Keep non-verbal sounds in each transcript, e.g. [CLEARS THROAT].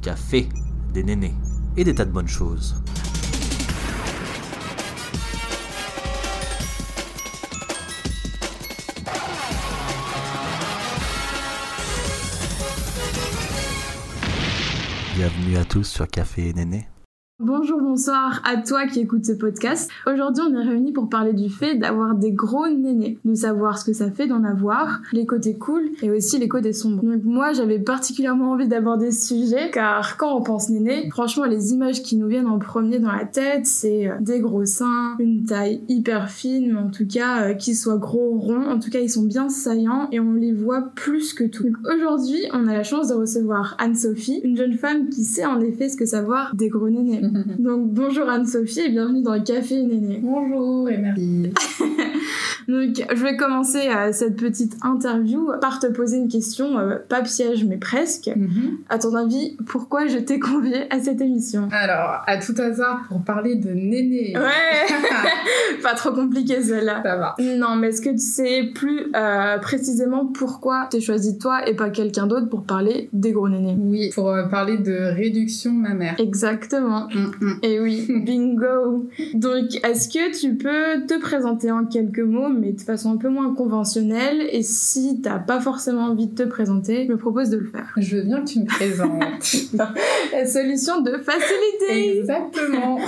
qui a fait des nénés et des tas de bonnes choses. Bienvenue à tous sur Café et Néné. Bonjour, bonsoir à toi qui écoutes ce podcast. Aujourd'hui, on est réunis pour parler du fait d'avoir des gros nénés, de savoir ce que ça fait d'en avoir, les côtés cool et aussi les côtés sombres. Donc moi, j'avais particulièrement envie d'aborder ce sujet car quand on pense néné, franchement, les images qui nous viennent en premier dans la tête, c'est euh, des gros seins, une taille hyper fine, mais en tout cas, euh, qu'ils soient gros, ronds, en tout cas, ils sont bien saillants et on les voit plus que tout. Donc aujourd'hui, on a la chance de recevoir Anne-Sophie, une jeune femme qui sait en effet ce que savoir des gros nénés. Donc bonjour Anne-Sophie et bienvenue dans le Café Néné. Bonjour et merci. [LAUGHS] Donc je vais commencer euh, cette petite interview par te poser une question, euh, pas piège mais presque. Mhm. À ton avis, pourquoi je t'ai convié à cette émission Alors, à tout hasard, pour parler de Néné. Ouais, [LAUGHS] pas trop compliqué celle-là. [LAUGHS] Ça va. Non, mais est-ce que tu sais plus euh, précisément pourquoi t'es choisi toi et pas quelqu'un d'autre pour parler des gros nénés Oui, pour euh, parler de réduction mammaire. Exactement. Mm, mm. Et Eh oui, bingo. Donc, est-ce que tu peux te présenter en quelques mots, mais de façon un peu moins conventionnelle Et si t'as pas forcément envie de te présenter, je me propose de le [LAUGHS] faire. Je veux bien que tu [LAUGHS] me présentes. La solution de facilité. Exactement.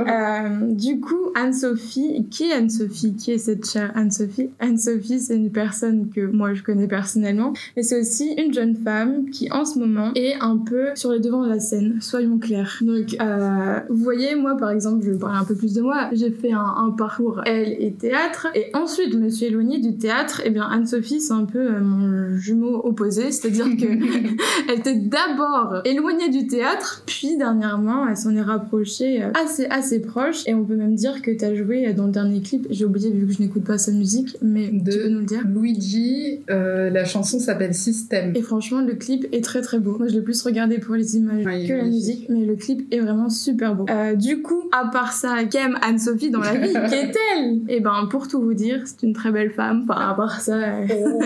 Euh, du coup, Anne-Sophie, qui est Anne-Sophie Qui est cette chère Anne-Sophie Anne-Sophie, c'est une personne que moi je connais personnellement, mais c'est aussi une jeune femme qui en ce moment est un peu sur les devants de la scène, soyons clairs. Donc, euh, vous voyez, moi par exemple, je vais parler un peu plus de moi, j'ai fait un, un parcours elle et théâtre, et ensuite je me suis éloignée du théâtre, et bien Anne-Sophie, c'est un peu euh, mon jumeau opposé, c'est-à-dire que euh, elle était d'abord éloignée du théâtre, puis dernièrement, elle s'en est rapprochée euh, assez, assez proche. Et on peut même dire que t'as joué euh, dans le dernier clip. J'ai oublié vu que je n'écoute pas sa musique, mais De- tu peux nous le dire. Luigi, euh, la chanson s'appelle Système. Et franchement, le clip est très très beau. Moi, je l'ai plus regardé pour les images Ouais, il est que la musique, magnifique. mais le clip est vraiment super beau. Euh, du coup, à part ça, qu'aime Anne-Sophie dans [LAUGHS] la vie Qu'est-elle Eh ben, pour tout vous dire, c'est une très belle femme. Enfin, à part ça, euh, Oh.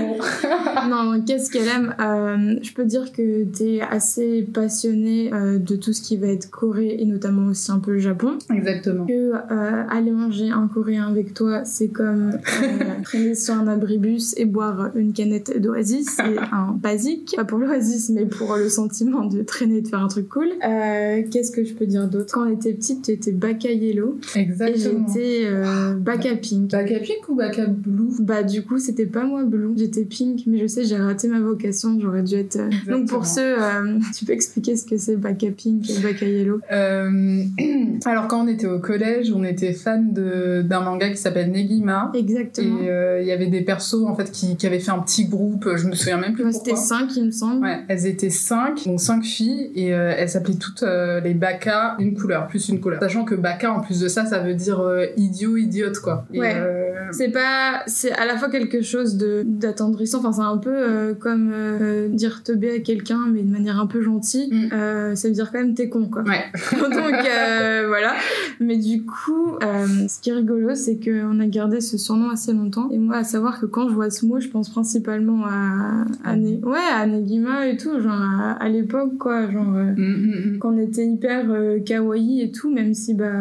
Non, non, qu'est-ce qu'elle aime Euh, Je peux dire que t'es assez passionnée euh, de tout ce qui va être Corée et notamment aussi un peu le Japon. Exactement. Que euh, aller manger un Coréen avec toi, c'est comme euh, traîner sur un abribus et boire une canette d'Oasis, c'est un basique. Pas pour l'Oasis, mais pour le sentiment de traîner et de faire un truc cool. Euh, qu'est-ce que je peux dire d'autre Quand on était petite, tu étais bac à yellow et Exactement. j'étais euh, bac à pink. Bac à pink ou bac à blue Bah du coup c'était pas moi blond, j'étais pink, mais je sais j'ai raté ma vocation, j'aurais dû être. euh, Donc pour Exactement. ceux, euh, tu peux expliquer ce que c'est bac à pink et bac à yellow Euh, [CLEARS THROAT] Alors, quand on était au collège, on était fan de- d'un manga qui s'appelle Negima. Et Exactement. euh, il y avait des persos en fait qui, qui avaient fait un petit groupe, euh, je me souviens même plus Moi c'était pourquoi. 5 il me semble. Ouais, elles étaient cinq, donc cinq filles, et euh, elles s'appelaient toutes euh, les Baka, une couleur, plus une couleur. Sachant que Baka, en plus de ça, ça veut dire euh, idiot, idiote, quoi. Et, Ouais. euh, C'est pas, c'est à la fois quelque chose de d'attendrissant. Enfin, c'est un peu euh, comme euh, dire teubé à quelqu'un, mais de manière un peu gentille. Mm. Euh, ça veut dire quand même t'es con, quoi. ouais. Donc euh, voilà. Mais du coup, euh, ce qui est rigolo, c'est qu'on a gardé ce surnom assez longtemps. Et moi, à savoir que quand je vois ce mot, je pense principalement à, à Ne- ouais, à Negima et tout, genre à, à l'époque, quoi, genre. euh, Mm, mm, mm. Qu'on était hyper euh, kawaii et tout, même si bah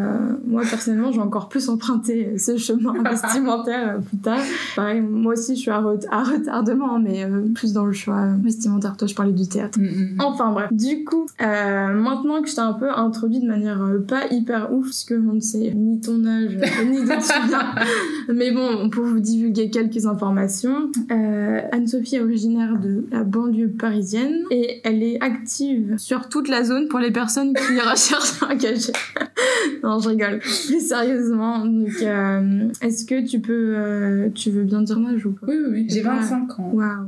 moi personnellement j'ai encore plus emprunté euh, ce chemin vestimentaire euh, plus tard. Pareil, moi aussi je suis à, ret- à retardement, mais euh, plus dans le choix euh, vestimentaire. Toi, je parlais du théâtre. Mm, mm. Enfin bref, du coup, euh, maintenant que je t'ai un peu introduit de manière euh, pas hyper ouf, parce que on ne sait ni ton âge, euh, ni d'où tu viens, mais bon, pour vous divulguer quelques informations, euh, Anne-Sophie est originaire de la banlieue parisienne et elle est active sur toute la zone pour les personnes qui [LAUGHS] recherchent un cachet. [LAUGHS] non, je rigole. Mais sérieusement, donc, euh, est-ce que tu peux, euh, tu veux bien dire mon âge ou pas Oui, oui, oui. J'ai 25 ans. Waouh.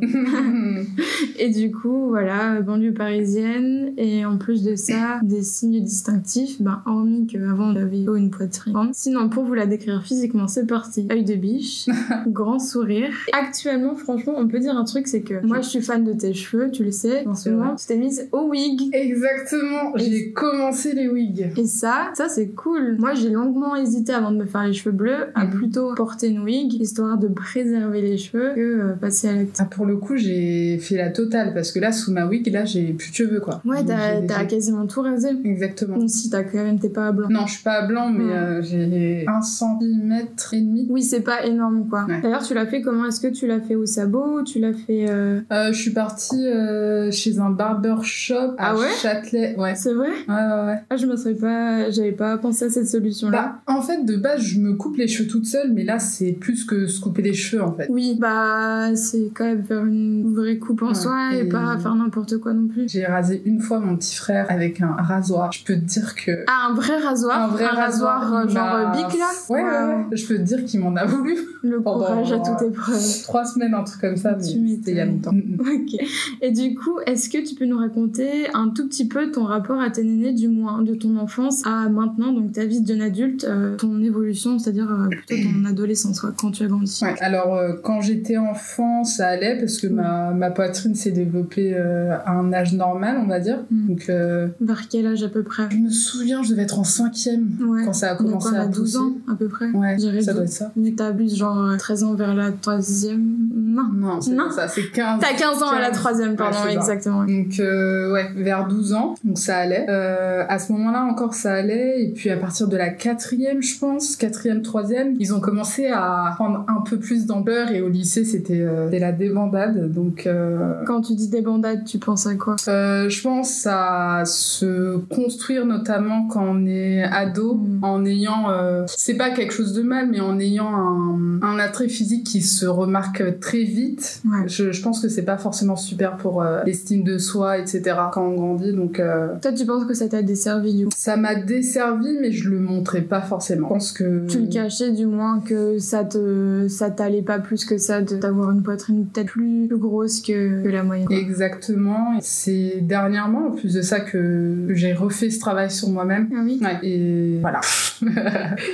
Et du coup, voilà, banlieue parisienne. Et en plus de ça, des signes distinctifs, ben, hormis qu'avant, elle avait une poitrine. grande. Sinon, pour vous la décrire physiquement, c'est parti. Œil de [LAUGHS] biche, grand sourire. Actuellement, franchement, on peut dire un truc, c'est que moi, je suis fan de tes cheveux, tu le sais. En ce C'est moment, vrai. tu t'es mise au wig. [LAUGHS] Exactement, j'ai commencé les wigs. Et ça, ça c'est cool. Moi, j'ai longuement hésité avant de me faire les cheveux bleus à Mhm. plutôt porter porter une wig, histoire de préserver les cheveux, que euh, passer à la Ah, pour le coup, j'ai fait la totale parce que là, sous ma wig, là, j'ai plus de cheveux, quoi. Ouais, Donc, t'as j'ai des- t'as quasiment tout rasé. Exactement. Bon, si, t'as quand même, t'es pas blanc. Non, je suis pas blanc, mais Ouais. euh, j'ai un centimètre et demi. Oui, c'est pas énorme, quoi. Ouais. D'ailleurs, tu l'as fait comment Est-ce que tu l'as fait au sabot ou tu l'as fait... euh, Euh, je suis partie euh, chez un barbershop à Ah ouais Châtelet. Ouais. C'est vrai Ouais, ouais, ouais. Ah, je me serais pas... J'avais pas pensé à cette solution-là. Bah, en fait, de base, je me coupe les cheveux toute seule, mais là, c'est plus que se couper les cheveux, en fait. Oui, bah c'est quand même faire une vraie coupe en Ouais, soi et, et- pas faire n'importe quoi non plus. J'ai rasé une fois mon petit frère avec un rasoir. Je peux te dire que. Ah, un vrai rasoir, un vrai rasoir, euh, il genre m'a- euh, bic là Ouais, ouais, Waouh. ouais. Je peux te dire qu'il m'en a voulu. [LAUGHS] Le Pendant- courage à toute épreuve. Trois semaines, un truc comme ça, mais Tu c'était il y a m'étonnes. longtemps. Mm, mm. Ok. Et du coup, est-ce que tu peux nous raconter un tout petit peu ton rapport à tes nénés, du moins de ton enfance à maintenant, donc ta vie de jeune adulte, euh, ton évolution, c'est-à-dire euh, plutôt [CLEARS THROAT] ton adolescence, quoi, quand tu as grandi Ouais, alors euh, quand j'étais enfant, ça allait parce Mm. que ma, ma poitrine s'est développée euh, à un âge normal, on va dire. Mm. Donc euh, Vers quel âge à peu près je me souviens, je devais être en cinquième Ouais. quand ça a Donc commencé on à a 12 pousser. ans à peu près. Ouais, Je dirais ça dou- doit être ça. Mais t'abuses genre euh, 13 ans vers la troisième. Non. Non, c'est Non. pas ça, c'est 15. T'as 15 ans à la 15. troisième, pardon, Ouais, c'est ça. exactement. Donc euh, ouais, vers 12 ans, donc ça allait. Euh, à ce moment-là encore ça allait, et puis à partir de la quatrième je pense, quatrième, troisième, ils ont commencé à prendre un peu plus d'ampleur, et au lycée c'était euh, c'était la débandade, donc... euh, Quand tu dis des bandades, tu penses à quoi euh, je pense à se construire notamment quand on est ado Mm. en ayant euh, c'est pas quelque chose de mal mais en ayant un, un attrait physique qui se remarque très vite Ouais. je, je pense que c'est pas forcément super pour euh, l'estime de soi etc quand on grandit donc euh, Toi, tu penses que ça t'a desservi du coup ça m'a desservi mais je le montrais pas forcément je pense que Tu le cachais du moins que ça te ça t'allait pas plus que ça de- d'avoir une poitrine peut-être plus, plus grosse que, que la moyenne. quoi. exactement c'est dernièrement en plus de ça que j'ai refait ce travail sur moi-même Ah oui. Ouais, et voilà [LAUGHS]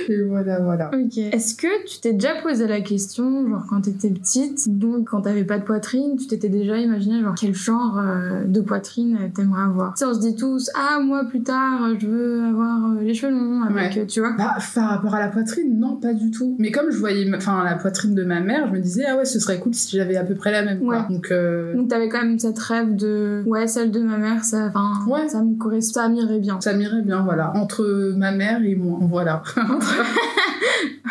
et voilà voilà Ok. Est-ce que tu t'es déjà posé la question, genre quand t'étais petite, donc quand t'avais pas de poitrine, tu t'étais déjà imaginé genre quel genre euh, de poitrine euh, t'aimerais avoir Tu sais, on se dit tous ah moi plus tard euh, je veux avoir euh, les cheveux longs avec euh, tu vois. Bah, par rapport à la poitrine, non, pas du tout. Mais comme je voyais ma- enfin, la poitrine de ma mère, je me disais, ah ouais, ce serait cool si j'avais à peu près la même. quoi. Ouais. Donc, euh, Donc t'avais quand même cette rêve de ouais celle de ma mère ça enfin Ouais. ça me correspond ça m'irait bien. ça m'irait bien, voilà. Entre ma mère et moi, voilà.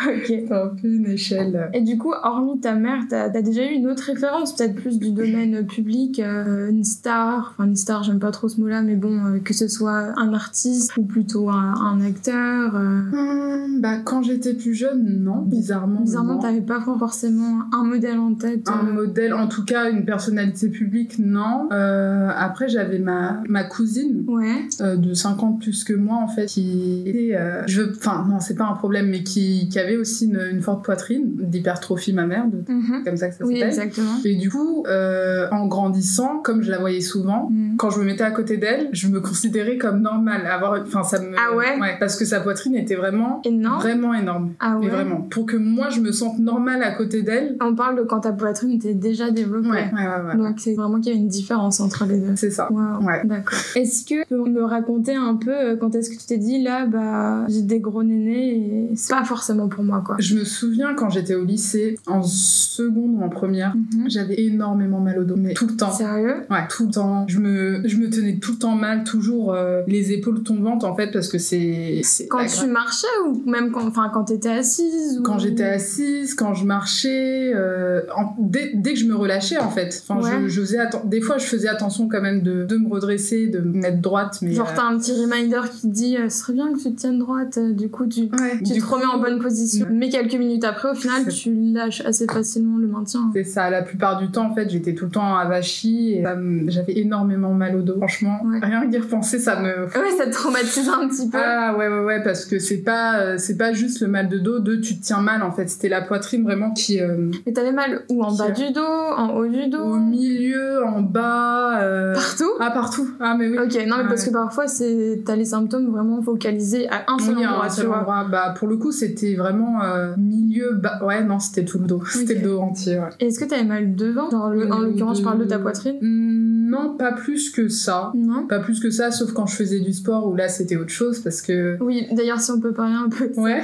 ok. C'est un peu une échelle. Et du coup, hormis ta mère, t'as as déjà eu une autre référence, peut-être plus du domaine public, euh, une star, enfin une star, j'aime pas trop ce mot-là, mais bon, euh, que ce soit un artiste ou plutôt un, un acteur. euh, Hum, bah, quand j'étais plus jeune, non, bizarrement. Bizarrement, non. t'avais pas forcément un modèle en tête. un euh, modèle, en tout cas une personnalité publique, non. Euh, après, j'avais ma, ma cousine Ouais, euh, de 50 plus que moi en fait qui était euh, je veux- enfin non c'est pas un problème mais qui, qui avait aussi une, une forte poitrine d'hypertrophie ma mère de mhm. comme ça que ça oui, s'appelle exactement. et du coup euh, en grandissant comme je la voyais souvent Mm. quand je me mettais à côté d'elle je me considérais comme normale avoir enfin ça me Ah ouais parce que sa poitrine était vraiment Énorme. vraiment énorme Ah ouais. mais vraiment pour que moi je me sente normale à côté d'elle On parle de quand ta poitrine était déjà développée. ouais ouais ouais, ouais. Donc c'est vraiment qu'il y a une différence entre les deux. c'est ça Wow. Ouais. D'accord. Est-ce que tu peux me raconter un peu euh, quand est-ce que tu t'es dit là, bah j'ai des gros nénés et c'est pas forcément pour moi quoi. je me souviens quand j'étais au lycée en seconde ou en première Mhm. J'avais énormément mal au dos, mais tout le temps. Sérieux Ouais, tout le temps. Je me, je me tenais tout le temps mal, toujours euh, les épaules tombantes en fait, parce que c'est. c'est Quand la tu gra- marchais ou même quand, enfin, quand t'étais assise ou... Quand j'étais assise, quand je marchais, euh, en- dès, dès que je me relâchais en fait. Enfin, je- Ouais. je, faisais atten- des fois je faisais attention quand même de, de me redresser, de me mettre droite, mais. Genre euh, t'as un petit reminder qui te dit euh, ce serait bien que tu te tiennes droite, euh, du coup tu, ouais, tu du te remets coup, en bonne position. Ouais. Mais quelques minutes après, au final, C'est- tu lâches assez facilement le maintien. hein. C'est ça, la plupart du temps en fait, j'étais tout le temps avachie et ça me- j'avais énormément mal au dos. Franchement, Ouais. rien que d'y repenser, ça me. Ouais, ça te traumatise un petit peu. Ah ouais ouais ouais parce que c'est pas euh, c'est pas juste le mal de dos de tu te tiens mal en fait c'était la poitrine vraiment qui euh, Mais t'avais mal ou en bas du dos, en haut du dos, au milieu en bas euh, partout ah partout ah mais oui Ok, non, mais Ouais. parce que parfois, c'est t'as les symptômes vraiment focalisés à un Oui, seul à endroit, un tu seul vois. endroit. Bah, pour le coup, c'était vraiment euh, milieu bas. Ouais, non, c'était tout le dos. C'était Ok. Euh, le dos entier. ouais. Et Est-ce que t'avais mal devant Genre, le- En l'occurrence, je parle de ta poitrine. Hmm, Non, pas plus que ça. Non Pas plus que ça, sauf quand je faisais du sport où là c'était autre chose parce que. Oui, d'ailleurs, si on peut parler un peu de ça. [LAUGHS] Ouais.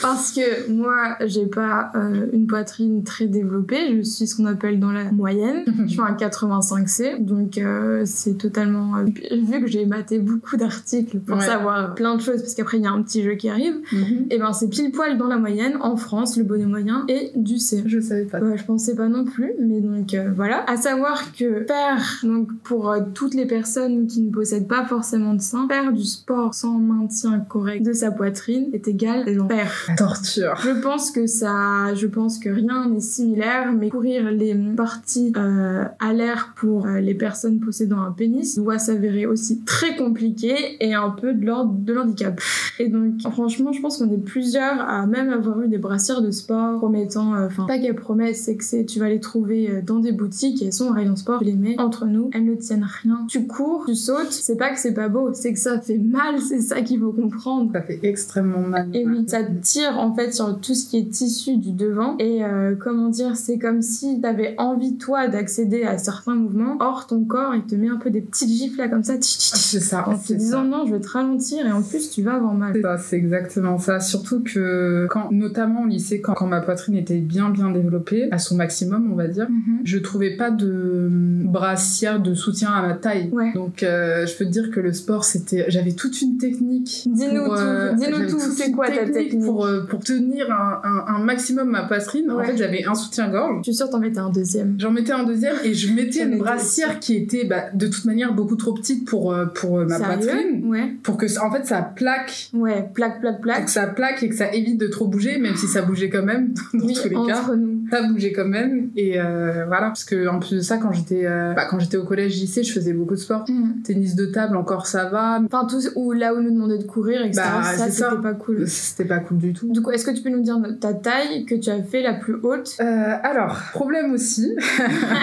Parce que moi, j'ai pas euh, une poitrine très développée. Je suis ce qu'on appelle dans la [LAUGHS] moyenne. Je suis un 85C, donc euh, c'est totalement. euh, vu que j'ai maté beaucoup d'articles pour Ouais. savoir plein de choses, parce qu'après il y a un petit jeu qui arrive, Mhm. et ben c'est pile poil dans la moyenne en France, le bonnet moyen est du C. Je savais pas. Ouais, je pensais pas non plus, mais donc euh, voilà. À savoir que faire, donc pour euh, toutes les personnes qui ne possèdent pas forcément de sein, faire du sport sans maintien correct de sa poitrine est égal à l'enfer. La torture. Je pense que ça, je pense que rien n'est similaire, mais courir les parties euh, à l'air pour euh, les personnes possédant un pénis doit s'avérer aussi très compliqué et un peu de l'ordre de l'handicap. Et donc, franchement, je pense qu'on est plusieurs à même avoir eu des brassières de sport promettant, euh, enfin, pas qu'elles promettent, c'est que c'est, tu vas les trouver euh, dans des boutiques et elles sont au rayon sport, tu les mets entre nous, elles ne tiennent rien. Tu cours, tu sautes, c'est pas que c'est pas beau, c'est que ça fait mal, c'est ça qu'il faut comprendre. Ça fait extrêmement mal. Et oui, ça tire en fait sur tout ce qui est tissu du devant. Et euh, comment dire, c'est comme si t'avais envie toi d'accéder à certains mouvements. Or, ton corps, il te met un peu des petites gifles là comme ça, tch, tch, tch, Ah, C'est ça. en te c'est ça. disant non, je vais te ralentir et en plus tu vas avoir mal. C'est ça, c'est exactement ça. Surtout que, quand, notamment au lycée, quand, quand ma poitrine était bien bien développée, à son maximum, on va dire, Mhm. je trouvais pas de brassière de soutien à ma taille. Ouais. Donc, euh, je peux te dire que le sport, c'était, j'avais toute une technique. Dis-nous pour, euh, tout, dis-nous j'avais tout, toute c'est une quoi ta technique pour euh, pour tenir un, un- un maximum ma poitrine En Ouais. fait, j'avais un soutien-gorge. Je suis sûre t'en mettais un deuxième. J'en mettais un deuxième et je mettais [LAUGHS] J'en une mettais brassière qui était bah, de toute manière beaucoup trop petite pour euh, pour euh, ma Sérieux poitrine, Ouais, pour que ça- en fait ça plaque ouais, plaque, plaque, pour plaque. que ça plaque et que ça évite de trop bouger, même si ça bougeait quand même, [LAUGHS] dans Oui, tous les cas. entre nous. Ça bougeait quand même, et euh, voilà. Parce que, en plus de ça, quand j'étais euh, bah, quand j'étais au collège, lycée, je faisais beaucoup de sport. Mhm. Tennis de table, encore ça va, mais Enfin, tout où, là où on nous demandait de courir, etc. Bah, ça, c'est ça. c'était pas cool. c'était pas cool du tout. Du coup, est-ce que tu peux nous dire ta taille que tu as fait la plus haute Euh, alors, problème aussi, [LAUGHS]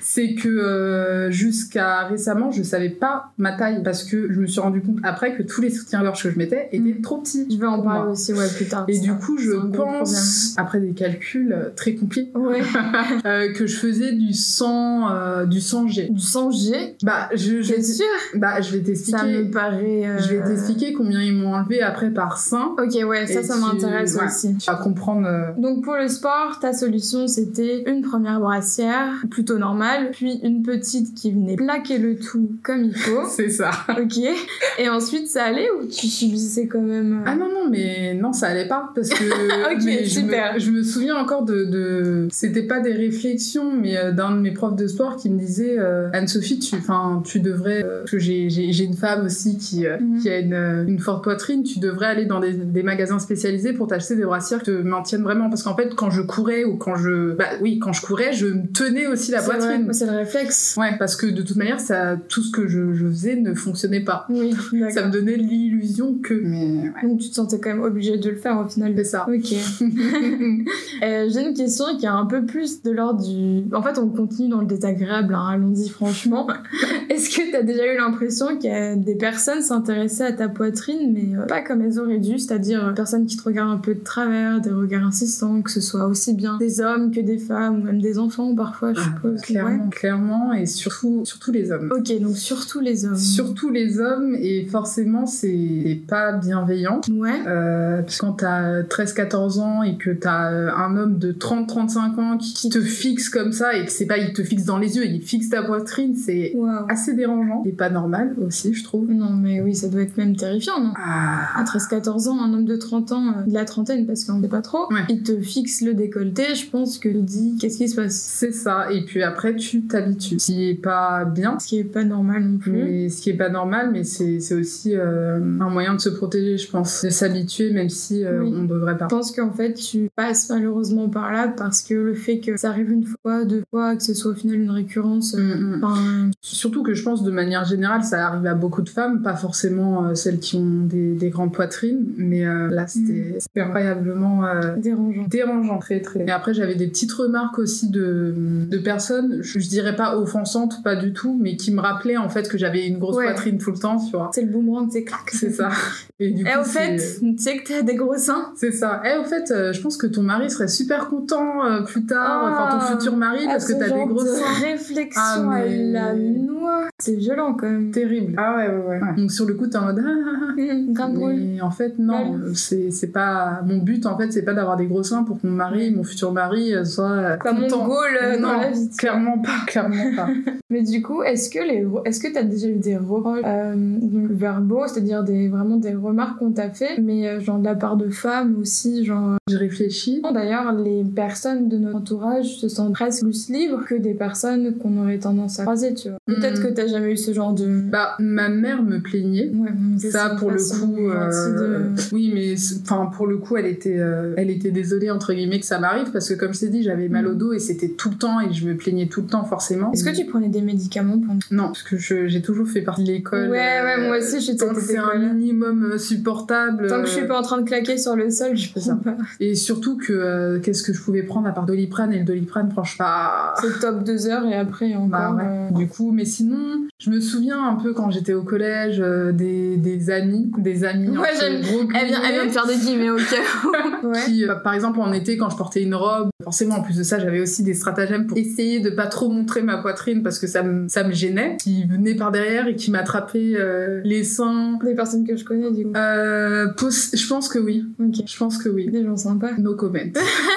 c'est que euh, jusqu'à récemment, je savais pas ma taille parce que je me suis rendu compte après que tous les soutiens-gorge que je mettais étaient Mhm. trop petits. Je vais en Pour parler moi. aussi ouais, plus tard. Et ça. du coup, je c'est un gros pense, après des calculs euh, très compliqués, Ouais. euh, que je faisais du 100 euh, du 100 G. [LAUGHS] Du 100 G Bah je, je T'es sûr bah je vais Ça me t'expliquer. paraît. euh, Je vais t'expliquer combien ils m'ont enlevé après par 5. Ok, ouais, ça, Et ça tu- m'intéresse ouais. aussi. Tu vas comprendre. euh, Donc pour le sport, ta solution c'était une première brassière, plutôt normale, puis une petite qui venait plaquer le tout comme il faut, [LAUGHS] C'est ça. ok. Et ensuite ça allait ou tu subissais quand même euh, Ah non non mais non ça allait pas parce [LAUGHS] que Ok, mais super. Je, me, je me souviens encore de, de... c'était pas des réflexions mais euh, d'un de mes profs de sport qui me disait euh, Anne-Sophie tu enfin tu devrais euh, parce que j'ai j'ai j'ai une femme aussi qui euh, Mhm. qui a une, euh, une forte poitrine tu devrais aller dans des, des magasins spécialisés pour t'acheter des brassières qui te maintiennent vraiment parce qu'en fait quand je courais ou quand je bah oui quand je courais je me tenais aussi la c'est vrai. poitrine Ouais, C'est le [LAUGHS] réflexe. ouais parce que de toute manière ça tout ce que je, je faisais ne fonctionnait pas Oui, ça d'accord. me donnait l'illusion que mais ouais Donc tu te sentais quand même obligée de le faire au final. [LAUGHS] c'est ça Ok. Euh, J'ai une question qui est un peu plus de l'ordre du. En fait, on continue dans le désagréable, hein, allons-y franchement. [LAUGHS] Est-ce que t'as déjà eu l'impression que des personnes s'intéressaient à ta poitrine, mais euh, pas comme elles auraient dû, c'est-à-dire euh, personnes qui te regardent un peu de travers, des regards insistants, que ce soit aussi bien des hommes que des femmes, ou même des enfants parfois, je Ah, suppose. Ouais. Clairement, clairement, et surtout, surtout les hommes. Ok, donc surtout les hommes. Surtout les hommes, et forcément, c'est pas bienveillant. Ouais. Euh, parce que quand t'as 13-14 ans et que t'as euh, un homme de 30-35 ans qui, qui te fixe comme ça, et que c'est pas, il te fixe dans les yeux, il fixe ta poitrine, c'est Waouh. assez dérangeant. Et pas normal aussi, je trouve. Non, mais oui, ça doit être même terrifiant, non Ah, à 13-14 ans, un homme de 30 ans, euh, de la trentaine parce qu'on ne sait pas trop, Ouais. il te fixe le décolleté, je pense que tu te dis qu'est-ce qui se passe c'est ça. Et puis après, tu t'habitues. Ce qui est pas bien, Ce qui est pas normal non plus. Mais ce qui est pas normal, mais c'est c'est aussi euh, un moyen de se protéger, je pense, de s'habituer, même si euh, Oui. on devrait pas. Je pense qu'en fait, tu passes malheureusement par là parce que le fait que ça arrive une fois, deux fois, que ce soit au final une récurrence, euh, Mm, mm. enfin, Surtout que je pense de manière générale, ça arrive à beaucoup de femmes, pas forcément euh, celles qui ont des, des grandes poitrines, mais euh, là c'était c'était incroyablement euh, dérangeant. dérangeant, très très. Et après j'avais des petites remarques aussi de, de personnes, je, je dirais pas offensantes, pas du tout, mais qui me rappelaient en fait que j'avais une grosse Ouais. poitrine tout le temps, tu vois. C'est le boomerang, c'est clac. C'est ça. Et du Et coup, au fait, c'est- tu sais que t'as des gros seins C'est ça. Eh, au fait, euh, je pense que ton mari serait super content enfants euh, plus tard, Ah, enfin ton futur mari, parce que Ah, ce t'as des genre gros de seins. réflexion Ah, mais- à la noix. C'est violent quand même. Terrible. Ah ouais, ouais, ouais. Donc sur le coup, t'es en mode. Ah, ah, ah. Mmh, [LAUGHS] grave drôle. Mais en fait, non, c'est c'est pas. Mon but, en fait, c'est pas d'avoir des gros seins pour que mon mari, mon futur mari, euh, soit euh, Pas mon content. goal euh, dans Non, la vie. tu vois. Clairement pas, [LAUGHS] clairement pas. Mais du coup, est-ce que les, re- est-ce que t'as déjà eu des reproches euh, donc verbaux, c'est-à-dire des vraiment des remarques qu'on t'a fait, mais euh, genre de la part de femmes aussi, genre euh, Je réfléchis. D'ailleurs, les personnes de notre entourage se sentent presque plus libres que des personnes qu'on aurait tendance à croiser, tu vois. Peut-être Mhm. que t'as jamais eu ce genre de. Bah, ma mère me plaignait. ouais, bon, Ça, c'est une pour le façon coup, gentille euh, de- oui, mais c'est- enfin pour le coup, elle était, euh, elle était désolée entre guillemets que ça m'arrive parce que comme je t'ai dit, j'avais mal au dos et c'était tout le temps et je me plaignais tout le temps forcément. Mm. Est-ce que tu prenais des médicaments pour. Non, parce que je- j'ai toujours fait partie de l'école. ouais, ouais, euh, moi aussi, je suis Tant que c'est un euh, minimum euh, supportable. Tant que je suis pas Bah. en train de claquer sur le sol, je [LAUGHS] c'est [LAUGHS] prends ça. pas. euh, Et surtout que euh, qu'est-ce que je pouvais prendre à part Doliprane et le Doliprane, franchement. bah, C'est top deux heures et après encore. Bah ouais. euh, Du coup, mais sinon, je me souviens un peu quand j'étais au collège euh, des, des amis, des amis. Ouais, entre j'aime- gros Elle vient, elle vient me guillemets, faire des guillemets au cas où. [LAUGHS] Ouais. qui, euh, par exemple, en été, quand je portais une robe, forcément, en plus de ça, j'avais aussi des stratagèmes pour essayer de pas trop montrer ma poitrine parce que ça me, ça me gênait, qui venait par derrière et qui m'attrapait euh, les seins. Des personnes que je connais, du coup. Euh, poss- je pense que oui. Ok. Je pense que oui. Des gens sympas. No comment. [LAUGHS]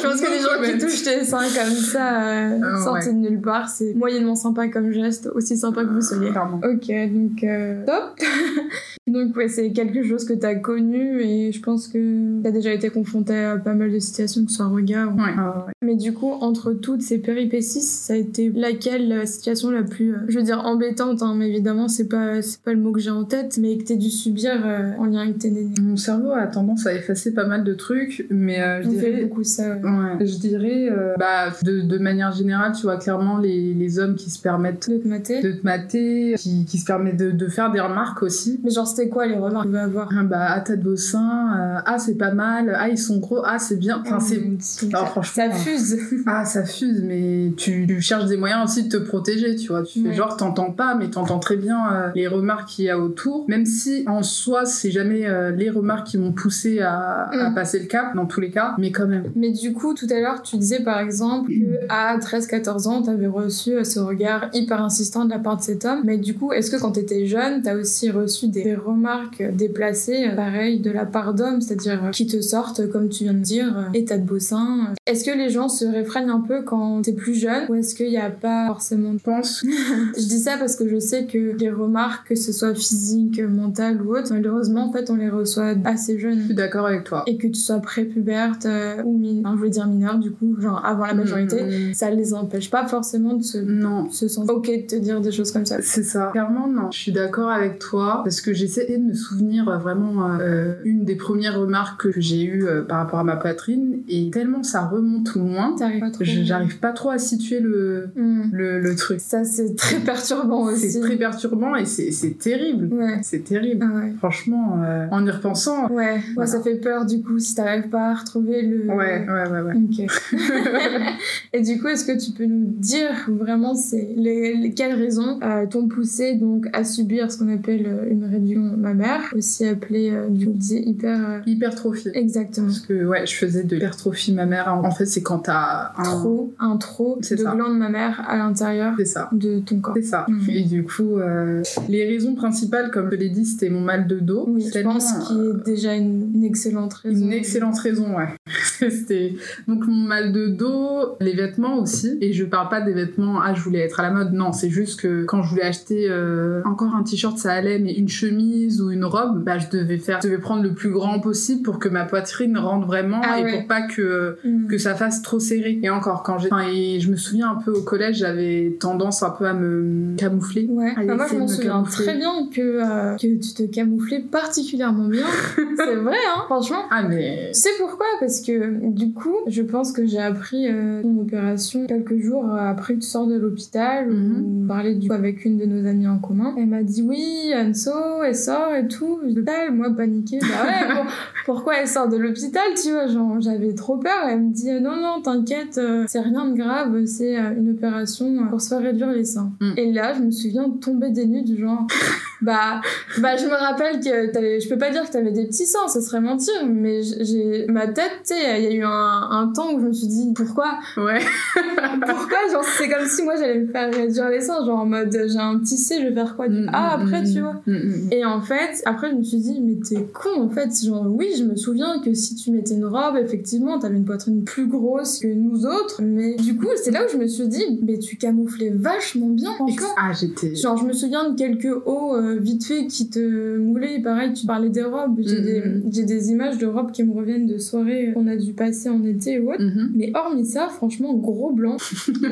Je pense que les gens qui touchent tes seins comme ça, euh, Euh, sortis de nulle part, c'est moyennement sympa comme geste, aussi sympa que vous soyez. Clairement. Ok, donc euh, top. [LAUGHS] donc ouais, c'est quelque chose que t'as connu et je pense que t'as déjà été confronté à pas mal de situations, que ce soit regard. ou- Ouais. Ah ouais. Mais du coup, entre toutes ces péripéties, ça a été laquelle la situation la plus, euh, je veux dire embêtante, hein, mais évidemment c'est pas c'est pas le mot que j'ai en tête, mais que t'aies dû subir euh, en lien avec tes nénés. Mon cerveau a tendance à effacer pas mal de trucs, mais euh, je On fait dirais. beaucoup ça. ouais. Ouais. Je dirais, euh, bah, de, de manière générale, tu vois clairement les, les hommes qui se permettent De te mater. de te mater, qui, qui se permettent de, de faire des remarques aussi. Mais genre, c'était quoi les remarques qu'on va avoir Ah bah, ah, t'as de beaux seins, euh, ah, c'est pas mal, ah, ils sont gros, ah, c'est bien. Enfin, c'est. Mm. Alors, Ça franchement. fuse. Ah, ça fuse, mais tu, tu cherches des moyens aussi de te protéger, tu vois. Tu fais Ouais. genre, t'entends pas, mais t'entends très bien euh, les remarques qu'il y a autour. Même si, en soi, c'est jamais euh, les remarques qui m'ont poussé à, à Mm. passer le cap, dans tous les cas, mais quand même. Mais du coup, tout à l'heure, tu disais par exemple que à 13-14 ans, t'avais reçu euh, ce regard hyper insistant de la part de cet homme. Mais du coup, est-ce que quand t'étais jeune, t'as aussi reçu des, des remarques euh, déplacées, euh, pareil, de la part d'hommes, c'est-à-dire euh, qui te sortent, euh, comme tu viens de dire, euh, et t'as de beaux seins euh. Est-ce que les gens se réfrènent un peu quand t'es plus jeune ou est-ce qu'il n'y a pas forcément. Je pense Je dis ça parce que je sais que les remarques, que ce soit physique, euh, mentale ou autre, malheureusement, en fait, on les reçoit assez Je jeune. suis d'accord avec toi. et que tu sois prépuberte euh, ou mineure, je voulais dire mineure du coup, genre avant la majorité, Mm, ça les empêche pas forcément de se, Non. se sentir ok de te dire des choses comme ça. C'est ça. Clairement, non. Je suis d'accord avec toi parce que j'essayais de me souvenir euh, vraiment euh, euh, une des premières remarques que j'ai eues euh, par rapport à ma poitrine et tellement ça remonte loin, T'arrives pas trop. je- j'arrive pas trop à situer le, Hmm. le, le truc. Ça c'est très perturbant aussi. C'est très perturbant et c'est c'est terrible. Ouais. C'est terrible. Ah ouais. Franchement, euh, en y repensant. Ouais, Ouais, Voilà. ça fait peur du coup si t'arrives pas à retrouver le. Ouais, ouais, ouais, ouais. Ok. [LAUGHS] Et du coup, est-ce que tu peux nous dire vraiment c'est les, les- quelles raisons euh, t'ont poussé donc à subir ce qu'on appelle euh, une réduction mammaire, aussi appelée euh, du coup, hyper. euh, Hypertrophie. Exactement. Parce que, ouais, je faisais de l'hypertrophie ma mère. En fait, c'est quand t'as un. trop, un trop C'est de ça. glandes mammaires à l'intérieur C'est ça. de ton corps. C'est ça. Mhm. Et du coup, euh, les raisons principales, comme je l'ai dit, c'était mon mal de dos. Oui, je Tellement, pense qu'il euh, est déjà une, une excellente raison. une excellente raison, ouais. [LAUGHS] C'était donc mon mal de dos, les vêtements aussi. Et je parle pas des vêtements, ah, je voulais être à la mode. Non, c'est juste que quand je voulais acheter euh, encore un t-shirt, ça allait, mais une chemise ou une robe, bah, je devais faire, je devais prendre le plus grand possible pour que ma poitrine rentre vraiment Ah et ouais. pour pas que Mm. que ça fasse trop serré. Et encore, quand j'ai. Enfin, et je me souviens un peu au collège, j'avais tendance un peu à me camoufler. Ouais. Allez, Bah, moi, je essaye m'en de me souviens camoufler. très bien que, euh, que tu te camouflais particulièrement [LAUGHS] bien. C'est vrai, hein, franchement. Ah, mais. Tu sais pourquoi Parce que du coup, je pense que j'ai appris euh, ton opération quelques jours après que tu sors de l'hôpital. Mhm. On parlait du coup avec une de nos amies en commun. Elle m'a dit oui, Anso, elle sort et tout. Je l'hôpital, moi paniquée. Bah ouais, pour- pourquoi elle sort de l'hôpital Tu vois, genre j'avais trop peur. Elle me dit non, non, t'inquiète, euh, c'est rien de grave, c'est euh, une opération euh, pour se faire réduire les seins. Mhm. Et là, je me souviens tomber des nues du genre bah, bah, je me rappelle que t'avais, je peux pas dire que t'avais des petits seins, ça serait mentir, mais j'ai, ma tête, tu sais, il y a eu un, un, un temps où je me suis dit pourquoi Ouais. [LAUGHS] Pourquoi Genre, c'est comme si moi j'allais me faire réduire les seins, genre en mode j'ai un petit C, je vais faire quoi du... Ah, après, tu vois. Mm, mm, mm. Et en fait, après, je me suis dit, mais t'es con en fait. Genre, oui, je me souviens que si tu mettais une robe, effectivement, t'avais une poitrine plus grosse que nous autres. Mais du coup, c'est là où je me suis dit, mais tu camouflais vachement bien, franchement. Ah, j'étais. Genre, je me souviens de quelques hauts euh, vite fait qui te moulaient. Pareil, tu parlais des robes. J'ai Mhm. des, j'ai des images de robes qui me reviennent de soirées qu'on a dû passer en été ou autre. Mhm. Mais hormis ça, franchement, gros [LAUGHS] blanc. Euh,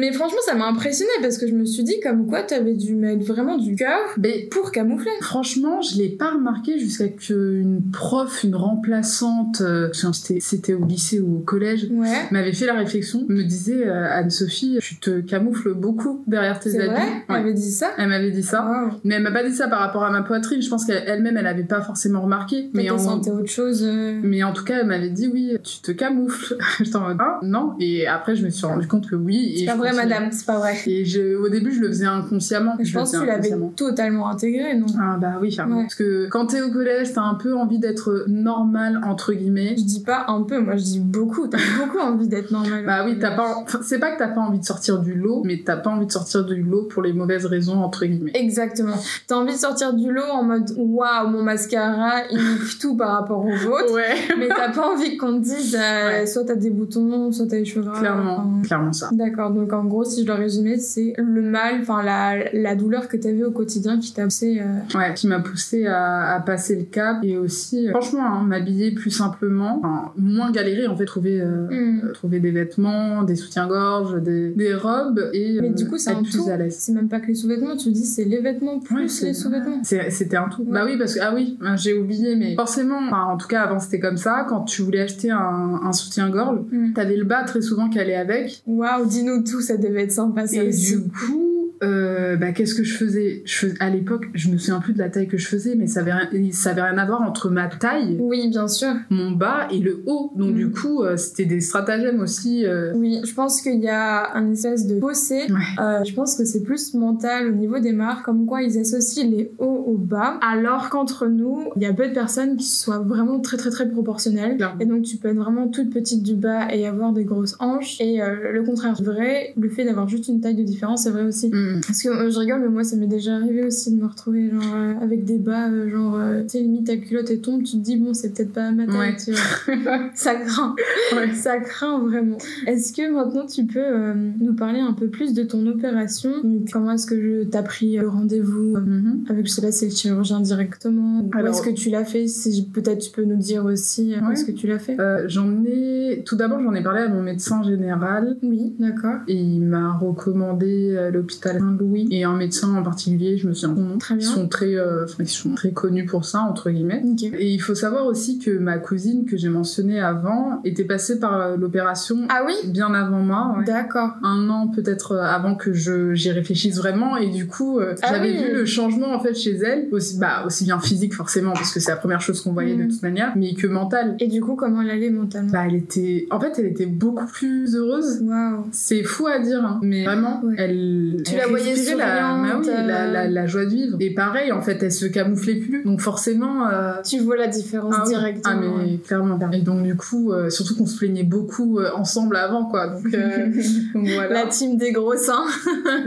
Mais franchement, ça m'a impressionné parce que je me suis dit, comme quoi, t'avais dû mettre vraiment du cœur Mais pour camoufler. Franchement, je l'ai pas remarqué jusqu'à qu'une prof, une remplaçante, euh, je sais pas, c'était c'était au lycée ou au collège, Ouais. m'avait fait la réflexion, me disait euh, Anne-Sophie, tu te camoufles beaucoup derrière tes C'est habits. vrai Ouais. T'avais dit ça Elle m'avait dit ça. Wow. Mais elle m'a pas dit ça par rapport à ma poitrine. Je pense qu'elle-même, elle avait pas forcément remarqué. Mais Mais on en... sentait autre chose. euh. mais en tout cas, elle m'avait dit oui, tu te camoufles. [LAUGHS] J'étais en mode ah, non. Et après, je me suis rendu compte que oui. et C'est pas je vrai, continue. madame, c'est pas vrai. Et je- au début, je le faisais inconsciemment. Je le pense que faisais tu l'avais inconsciemment. totalement intégré, non Ah bah oui, clairement. Ouais. Parce que quand t'es au collège, t'as un peu envie d'être normal, entre guillemets. Je dis pas un peu, moi je dis beaucoup. [LAUGHS] T'as beaucoup envie d'être normal. Bah oui, t'as pas... en- enfin, c'est pas que t'as pas envie de sortir du lot, mais t'as pas envie de sortir du lot pour les mauvaises raisons, entre guillemets. Exactement. T'as envie de sortir du lot en mode waouh, mon mascara, il nique tout par rapport au vôtre. Ouais, Mais t'as pas envie qu'on te dise euh, Ouais. soit t'as des boutons, soit t'as les cheveux gras. clairement, enfin. clairement ça. D'accord, donc en gros, si je dois résumer, c'est le mal, enfin la, la douleur que t'avais au quotidien qui t'a poussé. euh, Ouais, qui m'a poussé à, à passer le cap et aussi, euh, franchement, hein, m'habiller plus simplement, enfin, moins galérer en fait, trouver, euh, hmm. euh, trouver des vêtements, des soutiens-gorge, des, des robes et Mais euh, du coup, c'est être un plus tout. à l'aise. C'est même pas que les sous-vêtements, tu dis c'est les vêtements Ouais, plus c'est- les sous-vêtements. C'est- C'était un tout. Ouais. Bah oui, parce que, ah oui, hein, j'ai oublié, mais forcément, enfin, en tout cas, avant c'était comme ça, quand tu voulais acheter un, un soutien-gorge, Hmm. t'avais le bas très souvent qui allait avec. Waouh, dis-nous tout, ça devait être sympa ça Et aussi. du coup, euh, bah, qu'est-ce que je faisais, je fais- À l'époque, je me souviens plus de la taille que je faisais, mais ça avait, rien- ça avait rien à voir entre ma taille, Oui, bien sûr. mon bas et le haut. Donc Mm. du coup, euh, c'était des stratagèmes aussi. euh, Oui, je pense qu'il y a un espèce de fossé. Ouais. Euh, je pense que c'est plus mental au niveau des marques, comme quoi ils associent les hauts au bas, alors qu'entre nous, il y a peu de personnes qui soient vraiment très très très proportionnelles. Clairement. Et donc tu peux être vraiment toute petite du bas et avoir des grosses hanches. Et euh, le contraire est vrai, le fait d'avoir juste une taille de différence, c'est vrai aussi. Mm. [LAUGHS] Parce que euh, je rigole, mais moi ça m'est déjà arrivé aussi de me retrouver genre euh, avec des bas, euh, genre euh, tu sais, limite ta culotte elle tombe, tu te dis bon, c'est peut-être pas ma taille, Ouais. tu [LAUGHS] vois. ça craint, Ouais. ça craint vraiment. Est-ce que maintenant tu peux euh, nous parler un peu plus de ton opération Donc, Comment est-ce que je t'as pris euh, le rendez-vous euh, Mhm. avec, je sais pas, c'est le chirurgien directement Ou Alors- est-ce que tu l'as fait si, Peut-être tu peux nous dire aussi euh, où Ouais. est-ce que tu l'as fait Euh, j'en ai. Tout d'abord, j'en ai parlé à mon médecin général. Oui, d'accord. Et il m'a recommandé euh, l'hôpital Saint-Louis et un médecin en particulier, je me souviens de son nom. Très bien. Ils sont très, euh, enfin, ils sont très connus pour ça, entre guillemets. Nickel. Et il faut savoir aussi que ma cousine que j'ai mentionnée avant était passée par euh, l'opération Ah oui bien avant Ah moi. ouais. D'accord. Un an peut-être euh, avant que je j'y réfléchisse vraiment et du coup euh, Ah j'avais oui. vu le changement en fait chez elle aussi bah aussi bien physique forcément parce que c'est la première chose qu'on voyait Mm. de toute manière mais que mental Et du coup, comment elle allait mentalement bah elle était en fait elle était beaucoup plus heureuse Waouh. c'est fou à dire, hein, mais vraiment, Ouais. elle. Tu elle la voyais respirait la, bah oui, souriante, la, euh. la- la joie de vivre. Et pareil, en fait, elle se camouflait plus. Donc forcément. euh, Tu vois la différence ah oui. directement. hein. Ah, mais clairement. Et donc du coup, euh, surtout qu'on se plaignait beaucoup euh, ensemble avant, quoi. Donc, [LAUGHS] euh, donc La voilà, team des gros seins.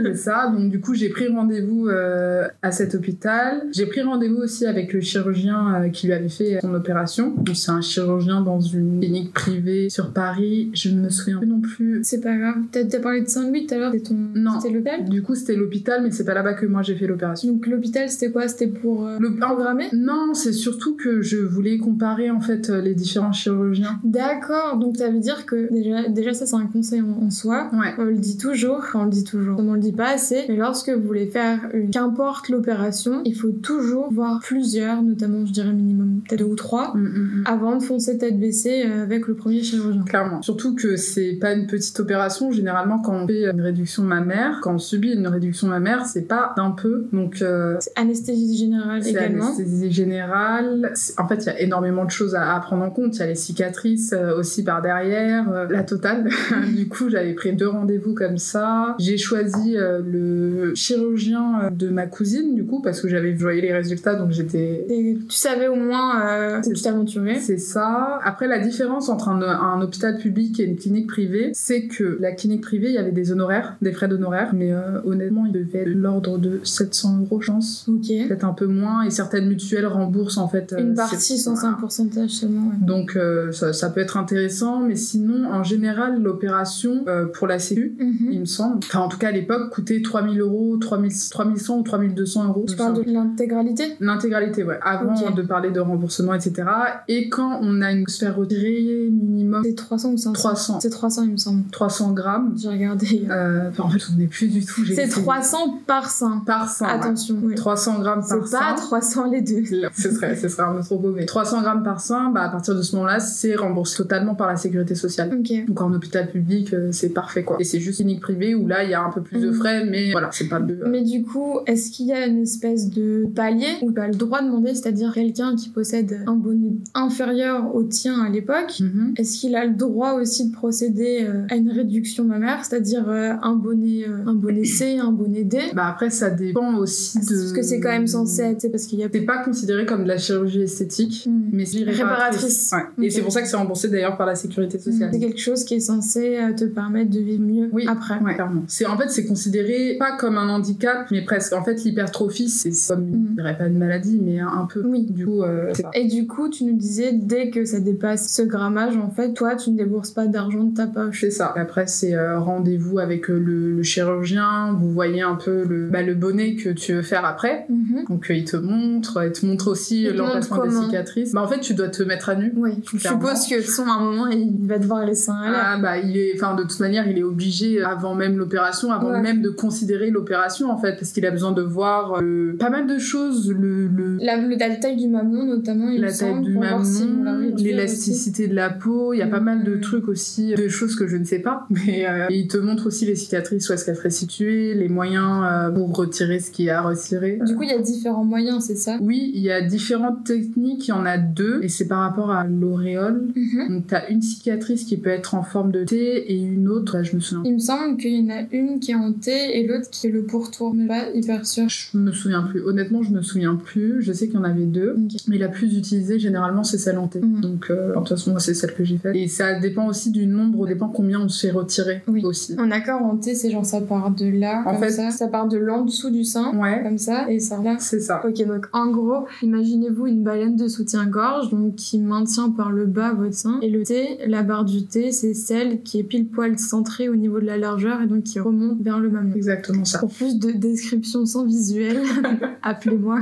c'est ça. Donc du coup, j'ai pris rendez-vous euh, à cet hôpital. J'ai pris rendez-vous aussi avec le chirurgien euh, qui lui avait fait son opération. Donc, C'est un chirurgien dans une clinique privée sur Paris. Je ne me souviens plus non plus. [LAUGHS] C'est pas grave. T'as t'as parlé de Saint-Louis tout à l'heure, c'était ton... Non. c'était l'hôpital Du coup, c'était l'hôpital, mais c'est pas là-bas que moi j'ai fait l'opération. Donc l'hôpital, c'était quoi C'était pour euh, Le programmer Non, c'est surtout que je voulais comparer en fait euh, les différents chirurgiens. D'accord, donc ça veut dire que déjà, déjà ça c'est un conseil en, en soi. Ouais. On le dit toujours, enfin, on le dit toujours, on le dit pas assez, mais lorsque vous voulez faire une, qu'importe l'opération, il faut toujours voir plusieurs, notamment je dirais minimum peut-être deux ou trois, Mm, mm, mm. avant de foncer tête baissée euh, avec le premier chirurgien. Clairement. Surtout que c'est pas une petite opération. Généralement, quand on fait une réduction mammaire, quand on subit une réduction mammaire, c'est pas d'un peu. Donc, euh, C'est Anesthésie générale c'est également. anesthésie générale. C'est- En fait, il y a énormément de choses à, à prendre en compte. Il y a les cicatrices euh, aussi par derrière, euh, la totale. [LAUGHS] du coup, j'avais pris deux rendez-vous comme ça. J'ai choisi euh, le chirurgien euh, de ma cousine, du coup, parce que j'avais voyé les résultats, donc j'étais Et Tu savais au moins euh, où C'est- tu t'aventurais. C'est ça. Après, la différence entre un, un hôpital public et une clinique privée, c'est que la clinique privée, il y avait des honoraires, des frais d'honoraires, mais euh, honnêtement, il devait être de l'ordre de 700 euros, je pense. Ok. Peut-être un peu moins, et certaines mutuelles remboursent en fait. euh, Une partie, c'est- sans un pourcentage seulement. ouais. Donc euh, ça, ça peut être intéressant, mais sinon, en général, l'opération euh, pour la Sécu, Mhm. il me semble, enfin en tout cas à l'époque, coûtait 3000 euros, 3000 3100 ou 3200 euros. Tu parles de l'intégralité L'intégralité, ouais. Avant Ok. de parler de remboursement, etc. Et quand on a une sphère retirée minimum C'est 300 ou 500 300, C'est 300, il me semble. 300 grammes, J'ai regardé. hier. euh, enfin, en fait, je ne plus du tout. j'ai- C'est 300 par sein. par 100. Attention. oui. 300 grammes par C'est pas 100. 300 les deux. Ce serait, ce serait un peu trop beau, mais 300 grammes par 100, bah, à partir de ce moment-là, c'est remboursé totalement par la sécurité sociale. Ok. Donc en hôpital public, euh, c'est parfait quoi. Et c'est juste clinique privée où là, il y a un peu plus de Mhm. frais, mais voilà, c'est pas de. euh, Mais du coup, est-ce qu'il y a une espèce de palier où tu as le droit de demander, c'est-à-dire quelqu'un qui possède un bonnet inférieur au tien à l'époque, Mhm. est-ce qu'il a le droit aussi de procéder euh, à une réduction mammaire, c'est-à-dire euh, un bonnet euh, un bonnet C, un bonnet D Bah après, ça dépend aussi de. Parce que c'est quand même censé être, c'est parce qu'il y a C'est pas considéré comme de la chirurgie esthétique, Hmm. mais c'est Réparatrice. Ouais. Et Ok. c'est pour ça que c'est remboursé d'ailleurs par la sécurité sociale. C'est quelque chose qui est censé euh, te permettre de vivre mieux Oui. après. Ouais, clairement. C'est en fait c'est considéré pas comme un handicap, mais presque. En fait, l'hypertrophie, c'est c'est comme Mm. je dirais pas une maladie, mais un, un peu. Oui. Du coup, euh, c'est ça. Et du coup, tu nous disais, dès que ça dépasse ce grammage, en fait, toi, tu ne débourses pas d'argent de ta poche. C'est ça. Après, c'est euh, rendez-vous avec euh, le, le chirurgien. Vous voyez un peu le, bah, le bonnet que tu veux faire après. Mhm. Donc, euh, il te montre. Il te montre aussi euh, Il te l'emplacement montre des comment cicatrices. Bah, en fait, tu dois te mettre à nu. Oui, je Clairement. suppose que son à un moment il va devoir laisser un l'air. Ah bah il est, enfin de toute manière il est obligé euh, avant même l'opération, avant Ouais. même de considérer l'opération en fait, parce qu'il a besoin de voir euh, pas mal de choses, le, le- La, le- la taille du mamelon notamment, il me la taille semble, du pour voir si on l'a mamelon, réduit aussi. l'élasticité de la peau, il y a pas mal de Mm. trucs aussi, de choses que je ne sais pas, [LAUGHS] mais euh, et il te montre aussi les cicatrices où est-ce qu'elles seraient situées, les moyens euh, pour retirer ce qui est à retirer. Du coup, il y a différents moyens, c'est ça Oui, il y a différentes techniques, il y en a deux, et c'est par rapport à l'auréole. Mhm. Donc t'as une cicatrice qui peut être en forme de T et une autre, là, je me souviens Il me semble qu'il y en a une qui est en T et l'autre qui est le pourtour, mais pas hyper sûr. Je me souviens plus. Honnêtement, je me souviens plus. Je sais qu'il y en avait deux. Ok. Mais la plus utilisée, généralement, c'est celle en T. Mhm. Donc, euh, de toute façon, moi, c'est celle que j'ai faite. Et ça dépend aussi du nombre, dépend combien on se fait retirer Oui. aussi. En accord en T, c'est genre ça part de là, En comme fait- ça, ça part de l'en dessous du sein, Ouais, comme ça, et ça là. c'est ça. Ok, donc en gros, imaginez-vous une baleine de soutien-gorge donc qui maintient par le bas votre sein. Et le T, la barre du T, c'est celle qui est pile poil centrée au niveau de la largeur et donc qui remonte vers le mamelon. Exactement ça. Pour plus de descriptions sans [LAUGHS] visuel, appelez-moi.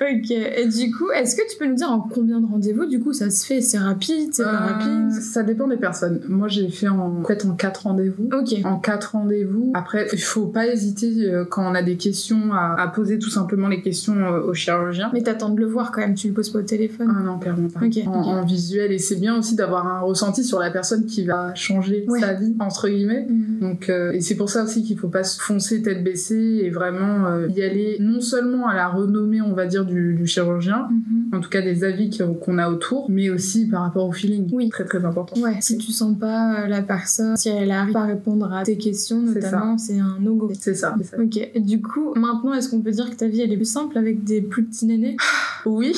ok, et du coup, est-ce que tu peux nous dire en combien de rendez-vous du coup ça se fait C'est rapide C'est pas Euh, rapide Ça dépend des personnes. Moi, j'ai fait en, fait, en quatre rendez-vous. Ok. En quatre rendez-vous. Après, il faut pas hésiter euh, quand on a des questions à, à poser tout simplement les questions euh, au chirurgien. Mais t'attends de le voir quand même, tu lui poses pas au téléphone. Ah non, clairement pas. Ok, en, ok. en visuel, et c'est bien aussi d'avoir un ressenti sur la personne qui va changer Ouais. sa vie, entre guillemets. Mhm. Donc, euh, et c'est pour ça aussi qu'il faut pas se foncer tête baissée et vraiment euh, y aller non seulement à la renommée, on va dire, du, du chirurgien, Mhm. en tout cas des avis qui- qu'on a autour, mais aussi par rapport au feeling. Oui. Très très important. Ouais, si tu sens pas euh, la personne, si elle arrive pas à répondre à tes questions, C'est notamment, c'est un no-go. C'est ça. c'est ça. Ok, et du coup, maintenant, est-ce qu'on peut dire que ta vie elle est plus simple avec des plus petits nénés [LAUGHS] Oui.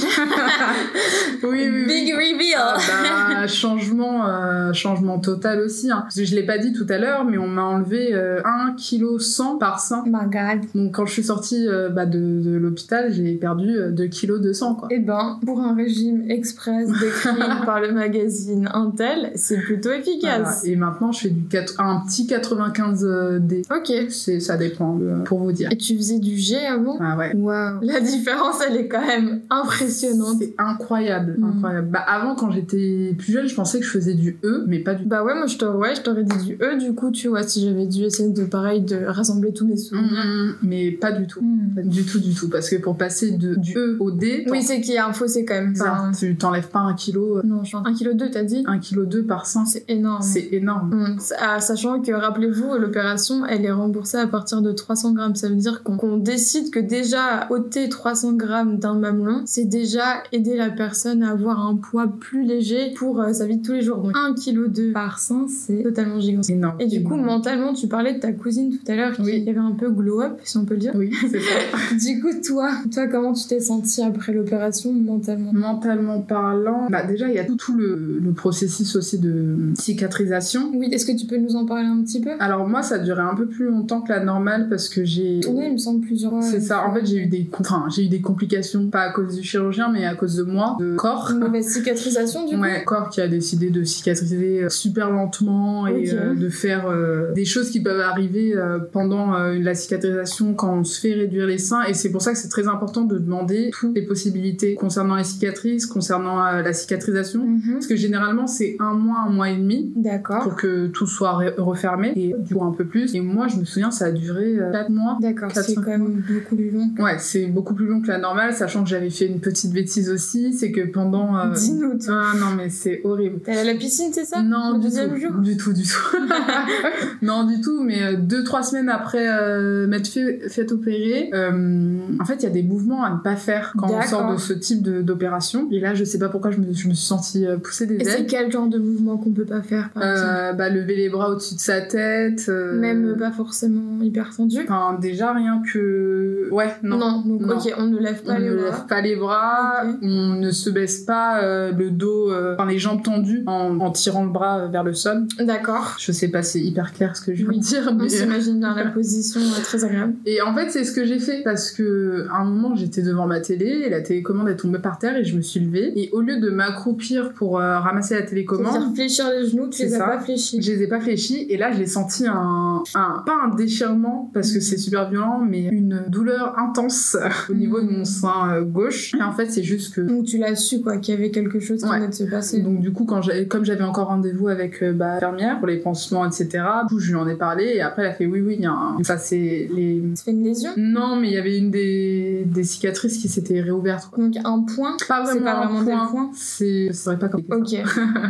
oui, oui, oui. Big reveal Ah bah, changement, euh, changement total aussi. hein. Parce que Je l'ai pas dit tout à l'heure, mais on m'a enlevé euh, 1 kg 100 par sein. Oh my god Donc quand je suis sortie euh, bah, de, de l'hôpital, j'ai perdu euh, 2 kg 200 quoi. Eh ben, pour un régime express [LAUGHS] décrit par le magazine Intel, c'est plutôt Voilà. efficace. Et maintenant, je fais du quatre- un petit 95 euh, D. Ok. C'est, ça dépend, euh, pour vous dire. Et tu faisais du G avant Ah ouais. Waouh La différence, elle est quand même impressionnante. C'est incroyable, Mm. incroyable. Bah, avant, quand j'étais plus jeune, je pensais que je faisais du E, mais pas du Bah ouais, moi je t'aurais ouais, je t'aurais dit du E, du coup, tu vois, si j'avais dû essayer de pareil, de rassembler tous mes souvenirs. Mm. Mm, Mais pas du tout. Pas Du tout, du tout. Parce que pour passer de, du E au D, Oui, c'est qu'il y a un fossé quand même. t'en- Enfin, tu t'enlèves pas un kilo, euh, non, je 1 kg 2, t'as dit un kilo deux par 5. C'est énorme. C'est énorme. Mm. Ah, sachant que, rappelez-vous, l'opération, elle est remboursée à partir de 300 grammes. Ça veut dire qu'on qu'on décide que déjà ôter 300 grammes d'un mamelon, c'est déjà aider la personne à avoir un poids plus léger pour euh, sa vie de tous les jours. Donc 1,2 kg par 100, c'est totalement gigantesque. Énorme. Et du coup, Énorme. mentalement, tu parlais de ta cousine tout à l'heure qui Oui. avait un peu glow-up, si on peut le [LAUGHS] dire. Oui, [LAUGHS] c'est ça. Du coup, toi, toi, comment tu t'es sentie après l'opération mentalement Mentalement parlant, bah déjà il y a tout, tout le, le processus aussi de euh, cicatrisation. Oui, est-ce que tu peux nous en parler un petit peu Alors moi ça durait un peu plus longtemps que la normale parce que j'ai... Tourner, il me semble, plusieurs euh, fois. C'est ça, en fait j'ai eu des enfin, j'ai eu des complications, pas à cause du chirurgien mais à cause de moi, de corps. Une mauvaise cicatrisation, du coup Ouais, corps qui a décidé de cicatriser euh, super lentement et Ok. euh, de faire euh, des choses qui peuvent arriver euh, pendant euh, la cicatrisation quand on se fait réduire les seins. Et c'est pour ça que c'est très important de demander toutes les possibilités concernant les cicatrices, concernant euh, la cicatrisation. Mhm. Parce que généralement, c'est un mois, un mois et demi D'accord. pour que tout soit re- refermé et du coup un peu plus. Et moi, je me souviens, ça a duré 4 mois. D'accord, Quatre, c'est cinq quand même beaucoup plus long. Ouais, c'est beaucoup plus long que la normale, sachant que j'avais fait une petite bêtise aussi, c'est que pendant... euh, Dis-nous, toi. Ah non, mais c'est horrible. T'es allée à la piscine, c'est ça Non, Le du deuxième tout, jour du tout, du tout. [LAUGHS] non, du tout, mais euh, deux, trois semaines après euh, m'être fait, fait opérer, euh, en fait, il y a des mouvements à ne pas faire quand on D'accord. sort de ce type de- d'opération. Et là, je sais pas pourquoi je me, je me suis sentie euh, pousser des Et c'est ailes. quel genre de mouvement qu'on peut pas faire, par exemple Euh, bah, lever les bras au-dessus de sa tête. euh, Même pas forcément hyper tendu Enfin, déjà, rien que. Ouais, non. donc Non. ok, on ne lève On pas les ne bras. lève pas les bras, Ok. on ne se baisse pas euh, le dos, euh, enfin les jambes tendues en, en tirant le bras euh, vers le sol. D'accord. Je sais pas, c'est hyper clair ce que je veux Oui. dire. On mais- s'imagine bien la position euh, très agréable. [LAUGHS] Et en fait, c'est ce que j'ai fait parce que à un moment, j'étais devant ma télé et la télécommande est tombée par terre et je me suis levée. Et au lieu de m'accroupir pour euh, ramasser la télécommande, C'est-à-dire fléchir les genoux, tu C'est les as ça. pas fléchis. je les ai pas fléchis et là, j'ai senti un, un pas un déchirement parce que c'est super violent, mais une douleur intense [LAUGHS] au niveau de mon sein euh, gauche. Et en fait, c'est juste que Donc tu l'as su quoi, qu'il y avait quelque chose qui Ouais. venait de se passer. Et donc du coup, quand j'ai- comme j'avais encore rendez-vous avec euh, bah, fermière pour les pansements, etc. Du coup, je lui en ai parlé et après elle a fait oui, oui, il y a un... ça c'est les. Ça fait une lésion. Non, mais il y avait une des, des cicatrices qui s'était réouverte. quoi. Donc un point. Pas C'est vraiment, pas Ah un vraiment des point. points. C'est, je saurais pas comment. [LAUGHS] Ok.